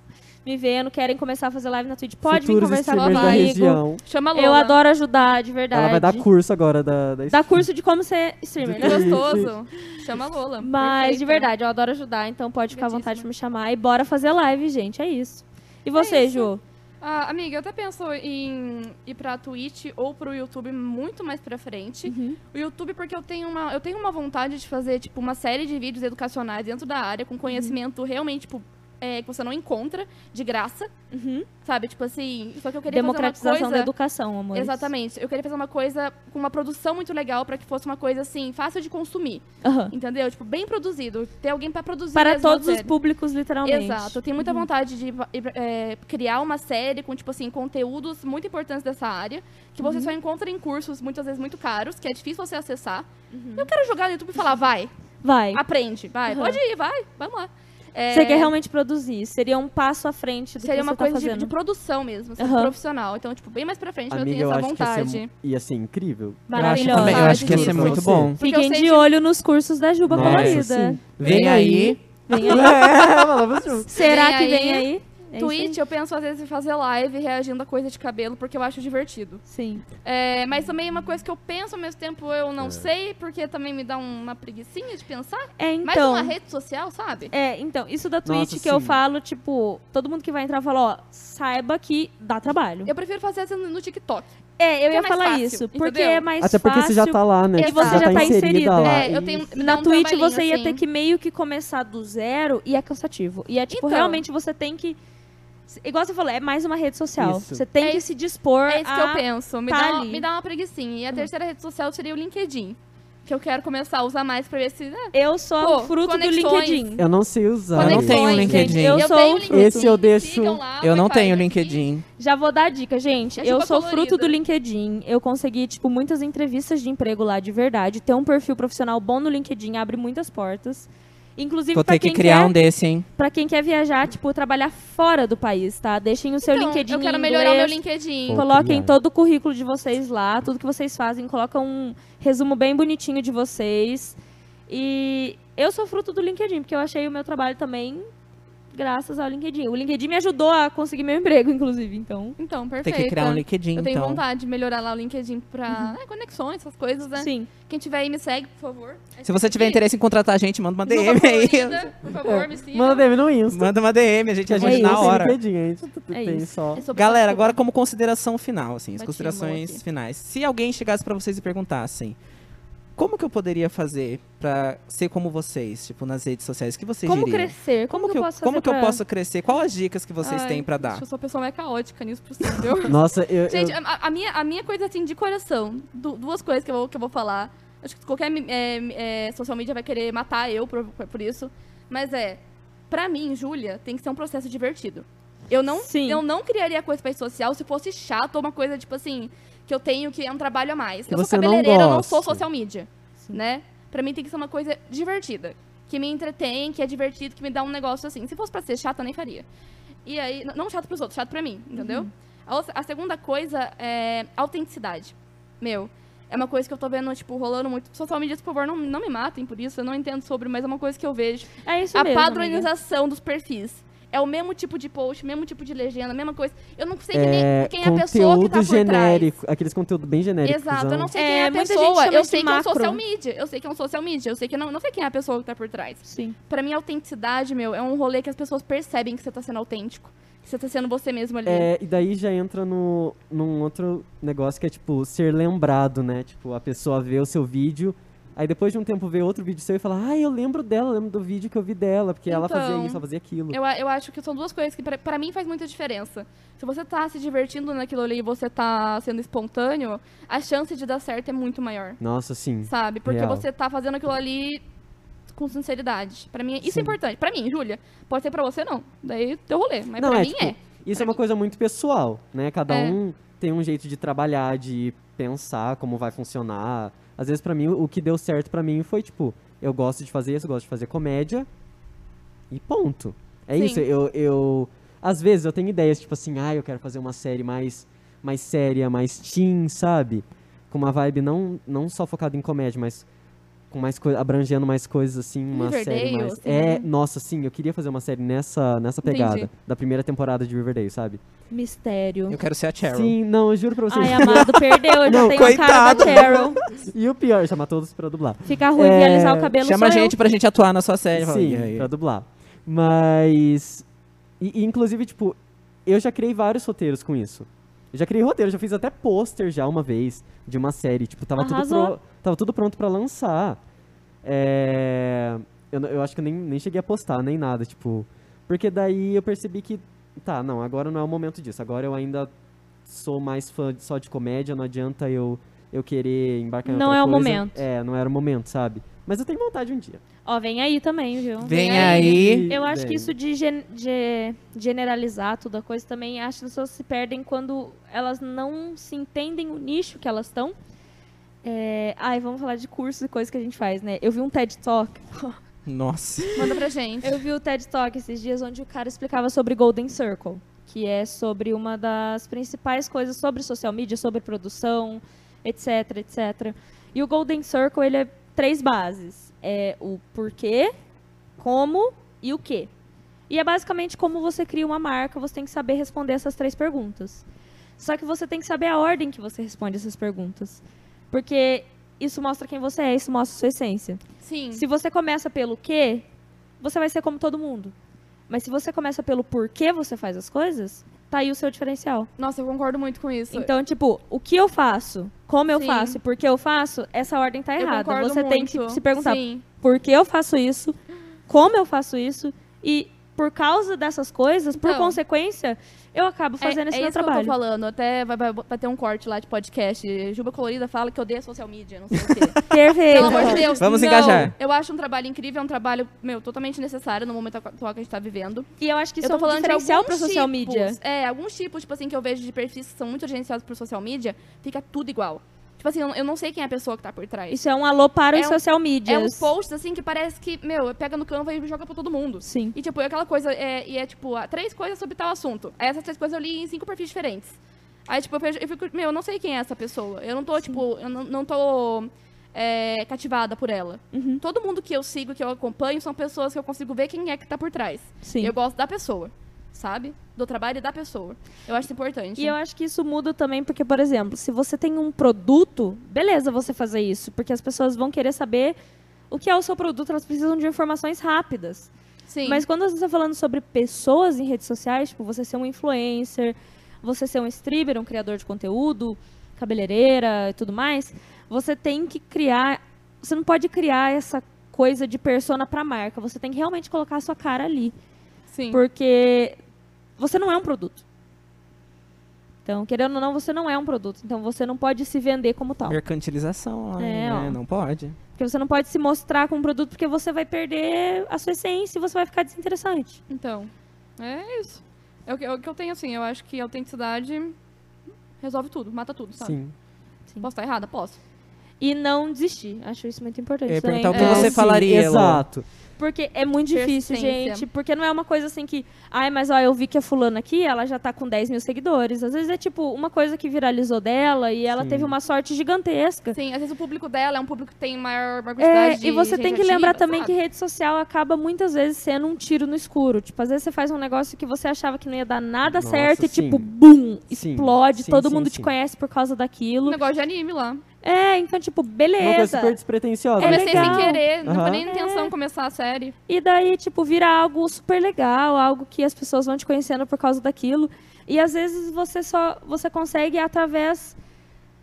me vendo, querem começar a fazer live na Twitch, pode
Futuros
vir conversar
streamers da
comigo.
região.
Chama a Lola.
Eu adoro ajudar, de verdade.
Ela vai dar curso agora da, da
Dá curso de como ser streamer,
Que
né?
gostoso. Chama a Lola.
Mas, de
Perfeita.
verdade, eu adoro ajudar, então pode ficar à vontade de me chamar. E bora fazer live, gente, é isso. E você,
isso.
Ju?
Ah, amiga, eu até penso em ir pra Twitch ou pro YouTube muito mais pra frente.
Uhum.
O YouTube, porque eu tenho, uma, eu tenho uma vontade de fazer, tipo, uma série de vídeos educacionais dentro da área,
Uhum.
com conhecimento realmente, tipo, é, que você não encontra, de graça. Sabe? Tipo assim, só que eu queria fazer uma
Uhum. Democratização
coisa...
da educação, é amor.
Exatamente. Eu queria fazer uma coisa com uma produção muito legal pra que fosse uma coisa, assim, fácil de consumir. Entendeu? Tipo, bem produzido. Ter alguém pra produzir
Para
mesmo a
todos Uhum. os
série.
públicos, literalmente.
Exato, eu tenho muita vontade de eh, criar uma série com, tipo assim, conteúdos muito importantes dessa área, que
Uhum.
você só encontra em cursos, muitas vezes, muito caros, que é difícil você acessar. Eu quero jogar no YouTube e falar, vai,
Vai.
aprende, vai,
Uhum.
pode ir, vai, vamos lá. É,
Você quer realmente produzir. Seria um passo à frente do
Seria
que você
uma
tá
coisa de,
fazendo. Uhum.
de produção mesmo, sabe,
Aham.
profissional. Então, tipo, bem mais pra frente
Amiga,
eu tenho
eu
essa
acho que ia
vontade.
ser, ia ser incrível.
Eu acho,
Maravilhosa.
também- eu acho que ia
Juro
ser
pra
muito
você.
bom.
Porque eu
Fiquem
sei
de
de-
olho nos cursos da Juba
Nossa,
Colorida.
sim.
Vem aí.
Vem aí. Será
Vem
que
aí.
vem aí? É isso aí?
Twitch, eu penso às vezes em fazer live reagindo a coisa de cabelo, porque eu acho divertido.
Sim.
É, mas também é uma coisa que eu penso ao mesmo tempo, eu
É.
não sei, porque também me dá uma preguiçinha de pensar.
É,
Mais
então.
uma rede social, sabe?
É, então, isso da Twitch
Nossa,
que eu
sim.
falo, tipo, todo mundo que vai entrar fala, ó, saiba que dá trabalho.
Eu prefiro fazer assim no TikTok.
é, eu
que
ia
é mais
falar
fácil,
isso,
entendeu?
porque é mais
Até porque você
fácil.
já tá lá, né?
E
Tipo,
você
já,
já
tá
tá
inserida
inserida.
lá.
É, eu
e-
tenho, me dá
Na
um
Twitch
trabalhinho,
você ia ter
assim.
que meio que começar do zero e é cansativo. E é tipo,
Então.
realmente você tem que. Igual você falou, é mais uma rede social.
Isso.
Você tem
É
que
isso-
se dispor.
É isso
a...
que eu penso. Me,
tá
dá, uma-
ali. Hum.
me dá uma preguiçinha. E a terceira rede social seria o LinkedIn. Que eu quero começar a usar mais pra ver se. né?
Eu sou
Pô,
fruto do
conexões.
LinkedIn.
Eu não um sei usar.
Eu não
Conexões,
tenho um
gente.
LinkedIn.
Eu sou um
tenho um LinkedIn.
Esse eu deixo-
sigam lá,
Eu não
vai, vai,
tenho
vai.
LinkedIn.
Já vou dar a dica, gente.
É
eu
chupa
sou
colorida.
fruto do LinkedIn. Eu consegui, tipo, muitas entrevistas de emprego lá de verdade. Ter um perfil profissional bom no LinkedIn abre muitas portas. Inclusive,
Vou
pra
ter que
quem
criar
quer,
um desse, hein?
pra quem quer viajar, tipo, trabalhar fora do país, tá? Deixem o seu
Então,
LinkedIn
Eu quero
em
melhorar o meu
inglês.
LinkedIn.
Pô,
Coloquem
criar.
todo o currículo de vocês lá, tudo que vocês fazem, coloca um resumo bem bonitinho de vocês. E eu sou fruto do LinkedIn, porque eu achei o meu trabalho também graças ao LinkedIn. O LinkedIn me ajudou a conseguir meu emprego, inclusive, então.
Então,
Tem
perfeito.
que criar um LinkedIn,
Eu tenho
então.
vontade de melhorar lá o LinkedIn pra né, conexões, essas coisas, né?
Uhum. Sim.
Quem tiver aí, me segue, por favor. É
Se você tiver interesse em contratar a gente, manda uma DM aí. É,
Colorida, Por favor, me siga.
Manda DM no Insta.
Manda uma DM, a gente
Que a gente
agende
não
na
tem
hora.
LinkedIn, a gente
É
tem
isso.
só.
É sobre
Galera,
isso.
agora como consideração final, assim, as
Bati a mão
considerações
aqui.
finais. Se alguém chegasse pra vocês e perguntassem, como que eu poderia fazer pra ser como vocês, tipo, nas redes sociais, o que vocês
Como
diriam?
crescer? Como,
Como
que eu posso
como
fazer
que eu
pra-
posso crescer? Qual as dicas que vocês
Ai,
têm pra dar?
Eu sou a pessoa mais caótica nisso possível.
Nossa, eu.
Gente,
eu-
a, a minha, a minha coisa assim, de coração, du- duas coisas que eu, vou- que eu vou falar. Acho que qualquer é, é, social media vai querer matar eu por, por isso. Mas é, pra mim, Júlia, tem que ser um processo divertido. Eu não,
Sim.
eu não criaria coisa pra rede social se fosse chato ou uma coisa, tipo assim, que eu tenho que é um trabalho a mais.
Que
eu sou
você não
cabeleireira, eu não sou
gosta.
social media. Né? Pra mim tem que ser uma coisa divertida. Que me entretém, que é divertido, que me dá um negócio assim. Se fosse pra ser chata, eu nem faria. E aí, n- não chato pros outros, chato pra mim,
Uhum.
entendeu? A, outra- a segunda coisa é autenticidade. Meu, é uma coisa que eu tô vendo, tipo, rolando muito. Social media, por favor, não, não me matem por isso, eu não entendo sobre, mas é uma coisa que eu vejo.
É isso
a
mesmo. amiga.
padronização dos perfis. É o mesmo tipo de post, mesmo tipo de legenda, mesma coisa. Eu não sei quem é,
é,
quem é a
conteúdo
pessoa que tá por
genérico,
trás.
aqueles conteúdo bem então, genérico.
Exato, eu não sei quem
É,
é a
muita gente
pessoa,
chama
eu
isso
sei
de
que é um
macro.
social media, eu sei que é um social media, eu sei que não, não sei quem é a pessoa que tá por trás.
Sim.
Pra mim, a autenticidade, meu, é um rolê que as pessoas percebem que você tá sendo autêntico. Que você tá sendo você mesmo ali.
É, e daí já entra no, num outro negócio que é, tipo, ser lembrado, né? Tipo, a pessoa vê o seu vídeo, aí depois de um tempo vê outro vídeo seu e fala, ah, eu lembro dela, lembro do vídeo que eu vi dela, porque ela fazia
Então,
isso, ela fazia aquilo.
Eu, a- eu acho que são duas coisas que pra- pra mim faz muita diferença. Se você tá se divertindo naquilo ali e você tá sendo espontâneo, a chance de dar certo é muito maior,
Nossa, sim.
sabe? Porque
Real.
você tá fazendo aquilo ali com sinceridade. Pra mim, isso
Sim.
é importante. Pra mim, Júlia. Pode ser pra você, não. Daí teu rolê. Mas
Não,
pra
é,
mim
tipo,
é.
Isso é uma coisa muito pessoal, né? Cada
É.
um tem um jeito de trabalhar, de pensar como vai funcionar. Às vezes, pra mim, o que deu certo pra mim foi, tipo, eu gosto de fazer isso, eu gosto de fazer comédia e ponto. É
Sim.
isso, eu, eu... Às vezes eu tenho ideias, tipo assim, ah, eu quero fazer uma série mais, mais séria, mais teen, sabe? Com uma vibe não, não só focada em comédia, mas com mais coi- abrangendo mais coisas, assim, uma série
Um Riverdale,
mais...
assim,
é,
né?
nossa, sim, eu queria fazer uma série nessa, nessa pegada,
Entendi.
da primeira temporada de Riverdale, sabe?
Mistério.
Eu quero ser a Cheryl.
Sim, não, eu juro pra vocês.
Ai, amado, perdeu. Eu já
Não,
tenho a cara
coitado.
da Cheryl.
E o pior, chamar todos pra dublar.
Ficar ruim
É,
e alisar o cabelo
Chama a
sou eu.
gente pra gente atuar na sua série. Fala,
Sim,
"E aí?"
pra dublar. Mas. E, e, inclusive, tipo, eu já criei vários roteiros com isso. Eu já criei roteiro, já fiz até pôster já uma vez de uma série. Tipo, tava, tudo,
Arrasou.
pro- tava tudo pronto pra lançar. É, eu, n- eu acho que eu nem, nem cheguei a postar, nem nada, tipo... Porque daí eu percebi que, tá, não, agora não é o momento disso. Agora eu ainda sou mais fã de- só de comédia, não adianta eu, eu querer embarcar em
Não
outra
é o
coisa.
momento.
É, não era o momento, sabe? Mas eu tenho vontade um dia.
Ó, vem aí também, viu?
Vem aí.
Eu acho que
Bem.
isso de, gen- de generalizar toda a coisa também, acho que as pessoas se perdem quando elas não se entendem o nicho que elas estão. É... Ai, vamos falar de cursos e coisas que a gente faz, né? Eu vi um TED Talk.
Nossa.
Manda pra gente.
Eu vi o TED Talk esses dias onde o cara explicava sobre Golden Circle, que é sobre uma das principais coisas sobre social media, sobre produção, etc, etc. E o Golden Circle, ele é três bases. É o porquê, como e o quê. E é basicamente como você cria uma marca, você tem que saber responder essas três perguntas. Só que você tem que saber a ordem que você responde essas perguntas. Porque isso mostra quem você é, isso mostra a sua essência.
Sim.
Se você começa pelo quê, você vai ser como todo mundo. Mas se você começa pelo porquê você faz as coisas, tá aí o seu diferencial.
Nossa, eu concordo muito com isso.
Então, tipo, o que eu faço, como eu
Sim.
faço e por que eu faço, essa ordem tá
Eu
errada.
concordo
Você tem
muito.
que se perguntar
Sim.
por que eu faço isso, como eu faço isso e por causa dessas coisas, por
Então.
consequência, eu acabo fazendo
é,
esse
é
meu
isso
trabalho.
que eu tô falando. Até vai, vai- vai ter um corte lá de podcast. Juba Colorida fala que odeia social media, não sei o quê.
Perfeito.
Pelo amor de Deus.
Vamos
não.
engajar.
Eu acho um trabalho incrível, é um trabalho, meu, totalmente necessário no momento atual que a gente tá vivendo.
E eu acho que
eu
isso
tô
é um
falando de
diferencial
alguns
pra social
tipos,
media.
É, alguns tipos, tipo assim, que eu vejo de perfis que são muito agenciados por social media, fica tudo igual. Tipo assim, eu, eu não sei quem é a pessoa que tá por trás.
Isso é um alô para os
É um-
social
é
medias.
uns posts, assim, que parece que, meu, pega no Canva e joga pra todo mundo.
Sim.
E, tipo, é aquela coisa, é, e é, tipo, ah, três coisas sobre tal assunto. Aí Essas três coisas eu li em cinco perfis diferentes. Aí, tipo, eu, vejo- eu fico, meu, eu não sei quem é essa pessoa. Eu não tô, tipo, eu não, não tô é, cativada por ela.
Uhum.
Todo mundo que eu sigo, que eu acompanho, são pessoas que eu consigo ver quem é que tá por trás.
Sim.
Eu gosto da pessoa, sabe? Do trabalho e da pessoa. Eu acho isso importante.
E eu acho que isso muda também, porque, por exemplo, se você tem um produto, beleza você fazer isso, porque as pessoas vão querer saber o que é o seu produto, elas precisam de informações rápidas.
Sim.
Mas quando você está falando sobre pessoas em redes sociais, tipo, você ser um influencer, você ser um streamer, um criador de conteúdo, cabeleireira e tudo mais, você tem que criar. Você não pode criar essa coisa de persona para marca. Você tem que realmente colocar a sua cara ali.
sim.
Porque você não é um produto. Então, querendo ou não, você não é um produto. Então, você não pode se vender como tal.
Mercantilização lá,
É,
né?
ó.
Não pode.
Porque você não pode se mostrar como um produto, porque você vai perder a sua essência e você vai ficar desinteressante.
Então, é isso. É o que, é o que eu tenho, assim, eu acho que a autenticidade resolve tudo, mata tudo,
Tá.
sabe?
Sim.
Posso estar errada? Posso.
E não desistir. Acho isso muito importante.
Eu ia
também.
perguntar o que
É,
você
sim,
falaria, Elô.
Exato.
Porque é muito difícil,
Persistência.
gente. Porque não é uma coisa assim que. Ai, mas ó, eu vi que a fulana aqui, ela já tá com 10 mil seguidores. Às vezes é tipo uma coisa que viralizou dela e ela
Sim.
teve uma sorte gigantesca.
Sim, às vezes o público dela é um público que tem maior maior
É,
quantidade de
e você tem
gente
que lembrar
ativa,
também
sabe?
que rede social acaba muitas vezes sendo um tiro no escuro. Tipo, às vezes você faz um negócio que você achava que não ia dar nada
Nossa,
certo e,
sim.
tipo, bum,
Sim,
explode,
sim,
todo
sim,
mundo te
sim.
conhece por causa
Um
daquilo.
negócio de anime lá.
É, então, tipo,
Uma coisa
beleza.
super despretensiosa.
É
né?
Comecei sem
legal. É.
querer, não foi
Aham.
nem intenção começar a série.
E daí, tipo, vira algo super legal, algo que as pessoas vão te conhecendo por causa daquilo. E às vezes você só você consegue através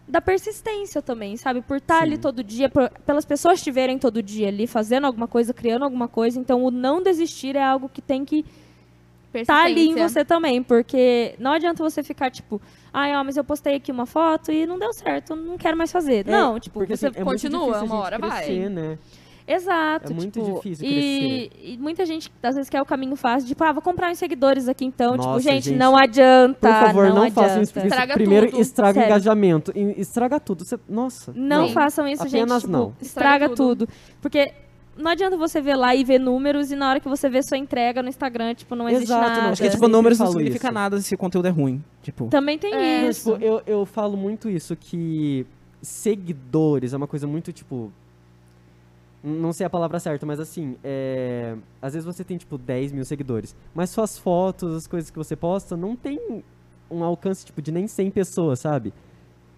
da persistência também, sabe? Por estar ali todo dia, por- pelas pessoas te verem todo dia ali fazendo alguma coisa, criando alguma coisa. Então, o não desistir é algo que tem que tá ali em
Persistência.
você também, porque não adianta você ficar tipo, ai, ó, mas eu postei aqui uma foto e não deu certo, não quero mais fazer.
É,
não, tipo,
Porque,
você
assim, é muito
continua,
difícil a
uma
gente
hora vai.
crescer, Né?
Exato.
É muito
tipo,
difícil
e, e muita gente, às vezes, quer o caminho fácil, tipo, ah, vou comprar uns seguidores aqui então. tipo,
Nossa,
gente,
gente.
não adianta.
Por favor, não,
Tá, adianta.
façam isso. Porque isso
Estraga
primeiro
tudo.
estraga
Sério.
engajamento. e Estraga tudo. Você- Nossa.
Não
Sim.
façam isso,
Apenas
gente. Tipo,
não.
Estraga,
Estraga tudo.
tudo. Porque não adianta você ver lá e ver números e na hora que você vê sua entrega no Instagram, tipo, não existe
Exato, não.
nada.
Acho que, tipo,
Sempre
números não
falo
significa
isso.
nada se o conteúdo é ruim. Tipo,
Também tem
É.
Não,
isso.
tipo, eu, eu falo muito isso, que seguidores é uma coisa muito, tipo. n- Não sei a palavra certa, mas assim, é, às vezes você tem, tipo, 10 mil seguidores, mas suas fotos, as coisas que você posta, não tem um alcance, tipo, de nem 100 pessoas, sabe?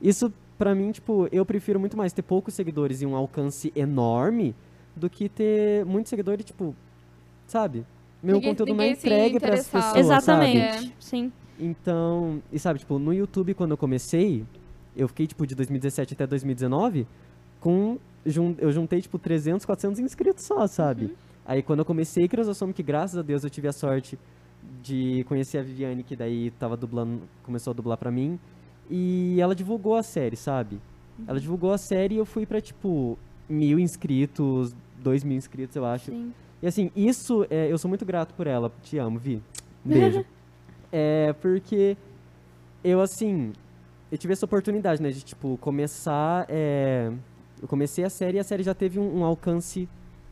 Isso, pra mim, tipo, eu prefiro muito mais ter poucos seguidores e um alcance enorme do que ter muitos seguidores, tipo, sabe? Meu
Ninguém-
conteúdo não é
ninguém se
entregue pras
interessar. É.
pessoas, sabe?
Exatamente.
sabe?
Sim.
Então, e sabe, tipo, no YouTube, quando eu comecei, eu fiquei, tipo, de 2017 até 2019, com. jun- eu juntei, tipo, 300, 400 inscritos só, sabe? Aí, quando eu comecei Creusossome, que graças a Deus eu tive a sorte de conhecer a Viviane, que daí tava dublando, começou a dublar pra mim, e ela divulgou a série, sabe? Ela divulgou a série e eu fui pra, tipo, mil inscritos, dois mil inscritos, eu acho.
Sim.
E assim, isso, é, eu sou muito grato por ela. Te amo, Vi. Um beijo. é, porque eu, assim, eu tive essa oportunidade, né, de, tipo, começar. é, eu comecei a série e a série já teve um, um alcance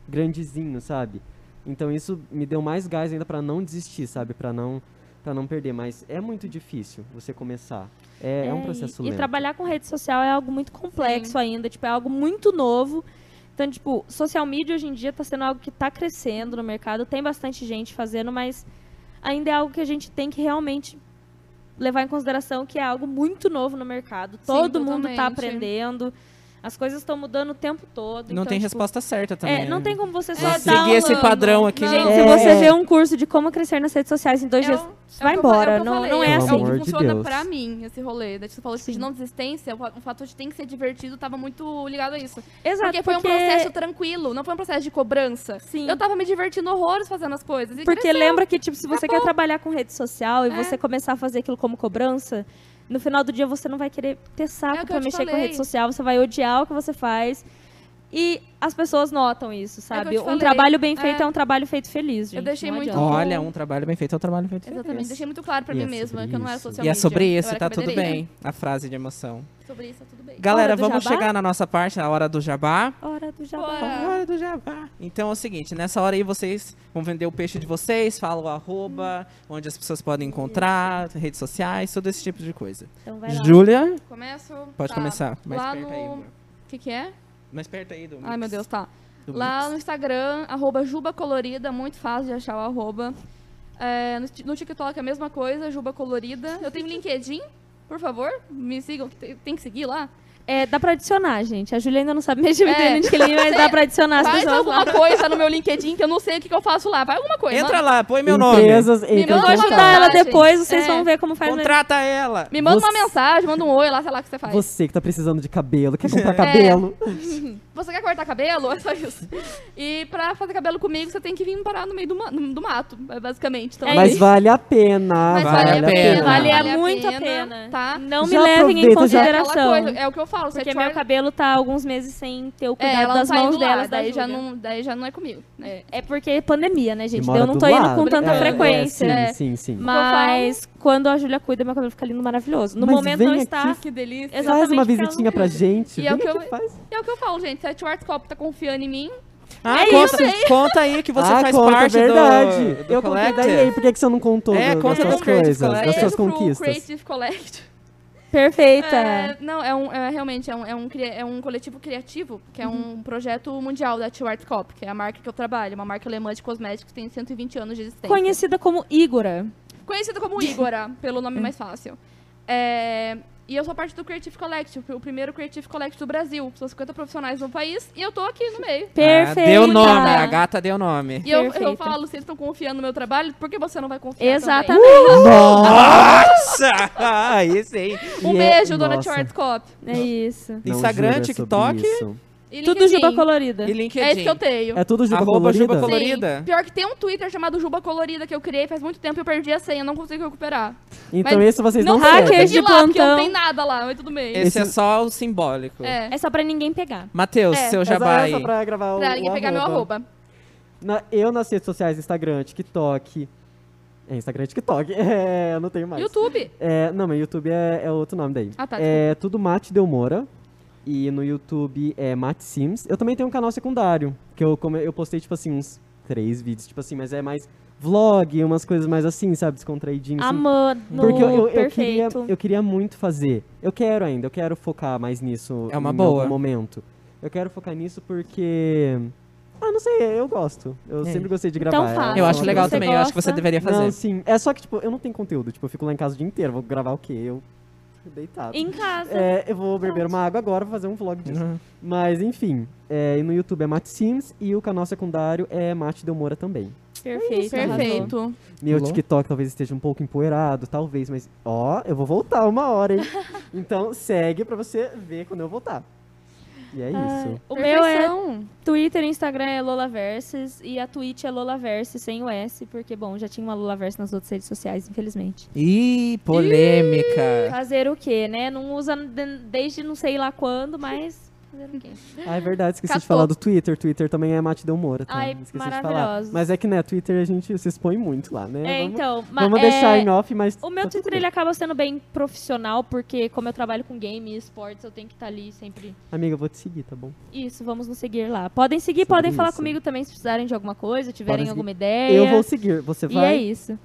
grandezinho, sabe? Então isso me deu mais gás ainda pra não desistir, sabe? Pra não para não perder, mas é muito difícil você começar. É, é um
e-
processo
e,
lento.
trabalhar com rede social é algo muito complexo ainda, tipo, é algo muito novo. Então, tipo, social media hoje em dia tá sendo algo que tá crescendo no mercado, tem bastante gente fazendo, mas ainda é algo que a gente tem que realmente levar em consideração que é algo muito novo no mercado. Todo mundo tá
totalmente.
aprendendo. As coisas estão mudando o tempo todo.
Não
então,
tem
tipo,
resposta certa
é,
também.
não
né?
tem é, como você só
Não,
dar
Seguir esse
Não,
padrão aqui. né?
não.
Gente, se
É.
você vê um curso de como crescer nas redes sociais em dois
É o-
dias,
é o
vai
que eu fa-
embora.
é o que eu
não,
falei,
não é
Pelo
assim.
o
amor
que
de
funciona
Deus.
pra mim, esse rolê. Daí Você falou tipo, de
Sim.
não desistência, o fa- o fator de tem que ser divertido tava muito ligado a isso.
Exato,
porque foi um processo tranquilo, não foi um processo de cobrança.
Sim.
Eu tava me divertindo horrores fazendo as coisas. E
Porque
cresceu.
lembra que, tipo, se você quer trabalhar com rede social e
assim. Tá É.
você começar a fazer aquilo como cobrança, no final do dia você não vai querer ter
É
saco
o que
pra
eu te
mexer com
falei.
rede social, você vai odiar o que você faz. E as pessoas notam isso, sabe?
É eu te
um
falei.
trabalho bem feito
É.
é, um trabalho feito feliz, gente.
deixei
não
muito-
adianta.
Olha, um trabalho bem feito é um trabalho bem feito.
Então, Exatamente, deixei muito claro pra
E
mim
é
mesma
sobre
que eu não era
isso.
social
E é
media,
sobre
eu né?
isso,
era
tá tudo
cabeleireira.
bem. A frase de emoção.
Sobre isso, tá tudo bem.
Galera,
Hora do
vamos
jabá?
chegar na nossa parte, na hora do jabá.
Hora do jabá.
Bora.
Hora do jabá. Então é o seguinte, nessa hora aí vocês vão vender o peixe de vocês, falam o arroba,
Hum.
onde as pessoas podem encontrar, redes sociais, todo esse tipo de coisa.
Então vai lá.
Júlia,
Começo?
pode
Tá.
começar. Mais
Lá
perto aí,
no-
amor.
O que que é?
Mais perto aí do
Ai,
mix,
meu Deus, tá.
do
Lá
mix.
no Instagram, arroba Juba Colorida, muito fácil de achar o arroba. É, no, ti- no TikTok é a mesma coisa, Juba Colorida. Eu tenho LinkedIn, por favor, me sigam, que tem, tem que seguir lá.
É, dá pra adicionar, gente. A Júlia ainda não sabe mexer muito
É.
bem no LinkedIn, mas dá pra adicionar as
Faz
pessoas lá.
alguma coisa no meu LinkedIn que eu não sei o que, que eu faço lá. Vai alguma coisa.
Entra
manda-
lá, põe meu nome.
Empresas, então,
Me
entram em
Eu vou
manda uma
contato.
ajudar ela
mensagem.
depois, vocês
É.
vão ver como faz.
Contrata ela.
Me manda uma
Você-
mensagem, manda um oi lá, sei lá o que você faz.
Você que tá precisando de cabelo, quer
É.
comprar cabelo?
Você quer cortar cabelo? É só isso. E pra fazer cabelo comigo, você tem que vir parar no meio do, ma- do mato, é basicamente. Então,
É
Mas
isso.
vale a pena,
Mas
vale, a pena.
Vale a muito a pena.
Tá?
Não me
Já
levem em
aproveita, já-
Aquela
consideração.
coisa, é o que eu falo, você
Porque
tchorga-
meu cabelo tá alguns meses sem ter o
É,
cuidado
ela não
das
tá indo
mãos
lá,
delas,
daí já,
Júlia.
não, daí já não é comigo. É.
É porque é pandemia, né, gente?
E
Daí
mora
Eu não
do
tô indo
lado.
com tanta
É, é,
frequência.
É, sim, sim, sim.
Mas quando a Júlia cuida, meu cabelo fica lindo, maravilhoso. No
Mas
momento
vem
não
aqui.
está.
Que delícia.
Faz
Exatamente,
uma
porque
visitinha pra gente.
E é o
vem
que
aqui,
eu-
faz.
E é o que eu falo, gente. Se a Schwarzkopf tá confiando em mim,
Ah,
É
conta, conta aí que você
ah,
faz
conta,
parte
verdade.
do, do
eu contei
Collector.
daí, aí, por que, que você não contou
É,
das
conta
suas
do Creative
coisas, das
Collective.
suas
beijo pro
conquistas?
Creative Collect.
Perfeita.
É, não, é, um, é realmente é um, é, um, cria- é um coletivo criativo, que é um projeto mundial da Schwarzkopf, que é a marca que eu trabalho. Uma marca alemã de cosméticos que tem 120 anos de existência.
Conhecida como Ígora.
Ah,
Conhecido como Igora, pelo nome mais fácil. É, E eu sou parte do Creative Collective, o primeiro Creative Collective do Brasil. São 50 profissionais no país e eu tô aqui no meio.
Ah,
Perfeita.
deu nome, a gata deu nome.
E eu, eu
Perfeito.
falo, vocês estão confiando no meu trabalho, por que você não vai confiar
Exatamente.
Nossa! Ah, esse aí.
também? Um
E é-
beijo, dona
nossa.
Schwarzkopf.
Uh!
É isso.
Não,
Instagram,
jura sobre
TikTok
isso.
E
Tudo
LinkedIn.
juba colorida.
e LinkedIn.
É isso que eu tenho.
É tudo juba
Arroba
colorida?
Juba Colorida. Colorida?
Sim. Pior que tem um Twitter chamado Juba Colorida que eu criei faz muito tempo e eu perdi a senha, não consigo recuperar.
Então
Mas
esse vocês não,
sei
sabem.
hacker
onde
de
ir lá, porque não
plantão.
tem nada lá, mas tudo bem.
Esse é
Esse-
só o simbólico.
É.
É só pra ninguém pegar.
Matheus,
É,
seu
Mas olha
jabá aí.
só pra
é
gravar o,
Pra ninguém
o
pegar meu arroba.
Na- eu nas redes sociais, Instagram, TikTok. É, Instagram e TikTok. É, eu não tenho mais.
YouTube.
É, não, mas YouTube é, é outro nome daí.
Ah, tá,
É tudo Mate Del Moura. E no YouTube é Mate Sims. Eu também tenho um canal secundário, que eu, come- eu postei, tipo assim, uns três vídeos, tipo assim, mas é mais vlog, umas coisas mais assim, sabe, descontraidinho. assim.
Amando.
Porque eu, eu- eu queria,
perfeito.
eu queria muito fazer. Eu quero ainda, eu quero focar mais nisso
É uma
em
boa.
algum momento. Eu quero focar nisso porque. Ah, não sei, eu gosto. Eu
É.
sempre gostei de gravar.
Então
é
faz.
uma-
Eu
uma
acho
Você
legal
coisa-
também, eu acho que você
gosta?
deveria fazer.
Não, sim. É só que, tipo, eu não tenho conteúdo. Tipo, eu fico lá em casa o dia inteiro. Vou gravar o quê? Eu. Deitado.
Em casa.
É, eu vou beber uma água agora, vou fazer um vlog disso.
Uhum.
Mas, enfim. é, e no YouTube é Mate Sims e o canal secundário é Mate Del Moura também.
Perfeito. arrasou.
Perfeito.
Meu
Pulou?
TikTok talvez esteja um pouco empoeirado, talvez, mas ó, eu vou voltar uma hora, hein? então segue pra você ver quando eu voltar. E é isso.
O meu é
Perfeição.
Twitter e Instagram é LolaVerses e a Twitch é LolaVerse sem o S, porque, bom, já tinha uma LolaVerse nas outras redes sociais, infelizmente.
Ih,
É.
polêmica.
Fazer o quê, né? Não usa de- desde não sei lá quando, mas fazer o quê?
Ah, é verdade, esqueci de
Catou.
falar do Twitter. Twitter também é Mate Del Moura, tá?
Ai,
esqueci de falar.
maravilhosos.
Mas é que, né, Twitter a gente se expõe muito lá, né?
É,
vamos
então, ma-
vamos
é,
deixar em off, mas.
O meu Twitter ele acaba sendo bem profissional, porque como eu trabalho com game e esportes, eu tenho que estar ali sempre.
Amiga, eu vou te seguir, tá bom?
Isso, vamos nos seguir lá. Podem seguir,
Sobre
podem falar
isso.
comigo também se precisarem de alguma coisa, tiverem
Podem
alguma ideia.
Eu vou seguir, você
É. E é
vai.
isso.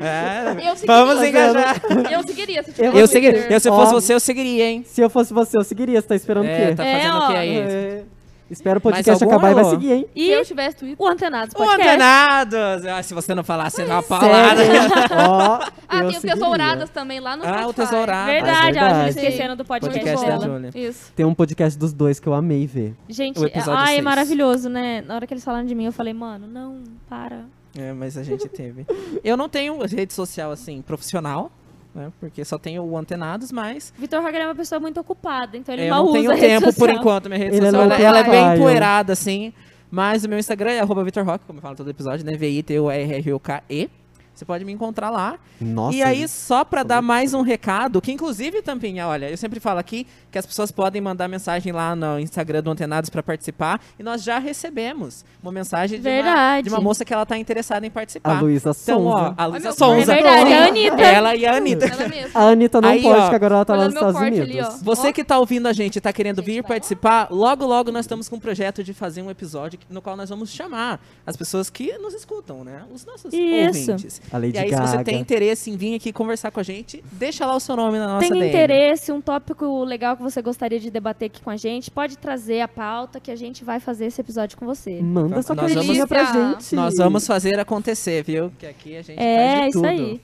É,
Eu seguiria.
Vamos engajar.
Eu seguiria se
Eu
tivesse
Eu
no
seguiria.
Twitter.
Eu, se eu fosse
Ó.
você, eu seguiria, hein?
Se eu fosse você, eu seguiria. Você tá esperando o
É,
quê?
tá
É,
fazendo o que
ó.
aí?
É, Espera o
Mas
podcast
alguma-
acabar e vai seguir, hein?
Se eu
E
tivesse Twitter.
o Antenados
Ô,
Podcast.
Antenados! Ah, se você não falasse uma palavra.
É. Ó,
Ah,
eu
tem o
seguiria.
Tesouradas também lá no
Ah, o
Spotify.
Tesourado.
Verdade,
Ah,
ó,
verdade.
esquecendo do podcast,
Podcast
dela.
da Júlia.
Isso.
Tem um podcast dos dois que eu amei ver.
Gente,
O episódio
ai, é
seis.
maravilhoso, né? Na hora que eles falaram de mim, eu falei, mano, não, para.
É, mas a gente teve. Eu não tenho rede social, assim, profissional, né? Porque só tenho o Antenados, mas
Vitor Hagen é uma pessoa muito ocupada, então ele
É, eu
mal
não
usa a
tenho
rede
tempo por
social.
enquanto. Minha rede
Ele é
social ela,
muito
ela é bem
trabalho.
empoeirada, assim. Mas o meu Instagram é arroba Vitor Rock, como eu falo todo episódio, né? V-I-T-O-R-R-O-K-E. Você pode me encontrar lá.
Nossa.
E aí, só pra dar mais um recado, que inclusive, Tampinha, olha, eu sempre falo aqui que as pessoas podem mandar mensagem lá no Instagram do Antenados pra participar, e nós já recebemos uma mensagem de, uma,
Verdade.
de uma moça que ela tá interessada em participar.
a Luísa
então, ó,
Sonza.
a Luísa
meu
Sonza.
É verdade, a Anitta.
Ela e a Anitta.
É. Ela mesma.
A Anitta não
Aí,
pode,
ó,
porque agora ela tá lá
olha
nos
o meu
Estados
corte
Unidos.
ali, ó.
Você
Ó.
que tá ouvindo a gente e tá querendo
Gente,
vir
vai lá.
participar, logo, logo nós estamos com um projeto de fazer um episódio que- no qual nós vamos chamar as pessoas que nos escutam, né? Os nossos
Isso.
ouvintes.
A
E
Lady
aí,
Gaga.
se você tem interesse em vir aqui conversar com a gente, deixa lá o seu nome na nossa
Tem
DM.
interesse, um tópico legal que você gostaria de debater aqui com a gente, pode trazer a pauta que a gente vai fazer esse episódio com você.
Manda
Nós
sua
vamos-
cartinha pra gente.
Nós vamos fazer acontecer, viu? Que aqui a gente faz
É,
de
isso
tudo.
aí.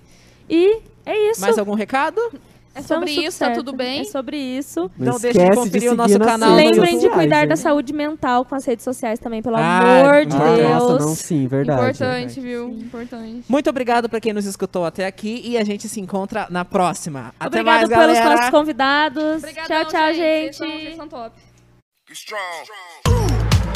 E é isso.
Mais algum recado?
É
Estamos
sobre
tudo
isso, tá
certo.
tudo bem?
É sobre isso.
Não
Então deixa
esquece
eu
de
conferir o
seguir
nosso
nas
canal.
redes
Lembrem de
sociais,
cuidar
hein?
da saúde mental com as redes sociais também, pelo
Ah,
amor de
importante.
Deus.
Nossa, não, sim, verdade.
Importante, viu? Importante.
Muito obrigado pra quem nos escutou até aqui e a gente se encontra na próxima. Até
Obrigada
mais,
pelos
galera.
nossos convidados.
Obrigadão,
tchau, tchau,
Vocês
gente.
são- Vocês são top.
Be strong.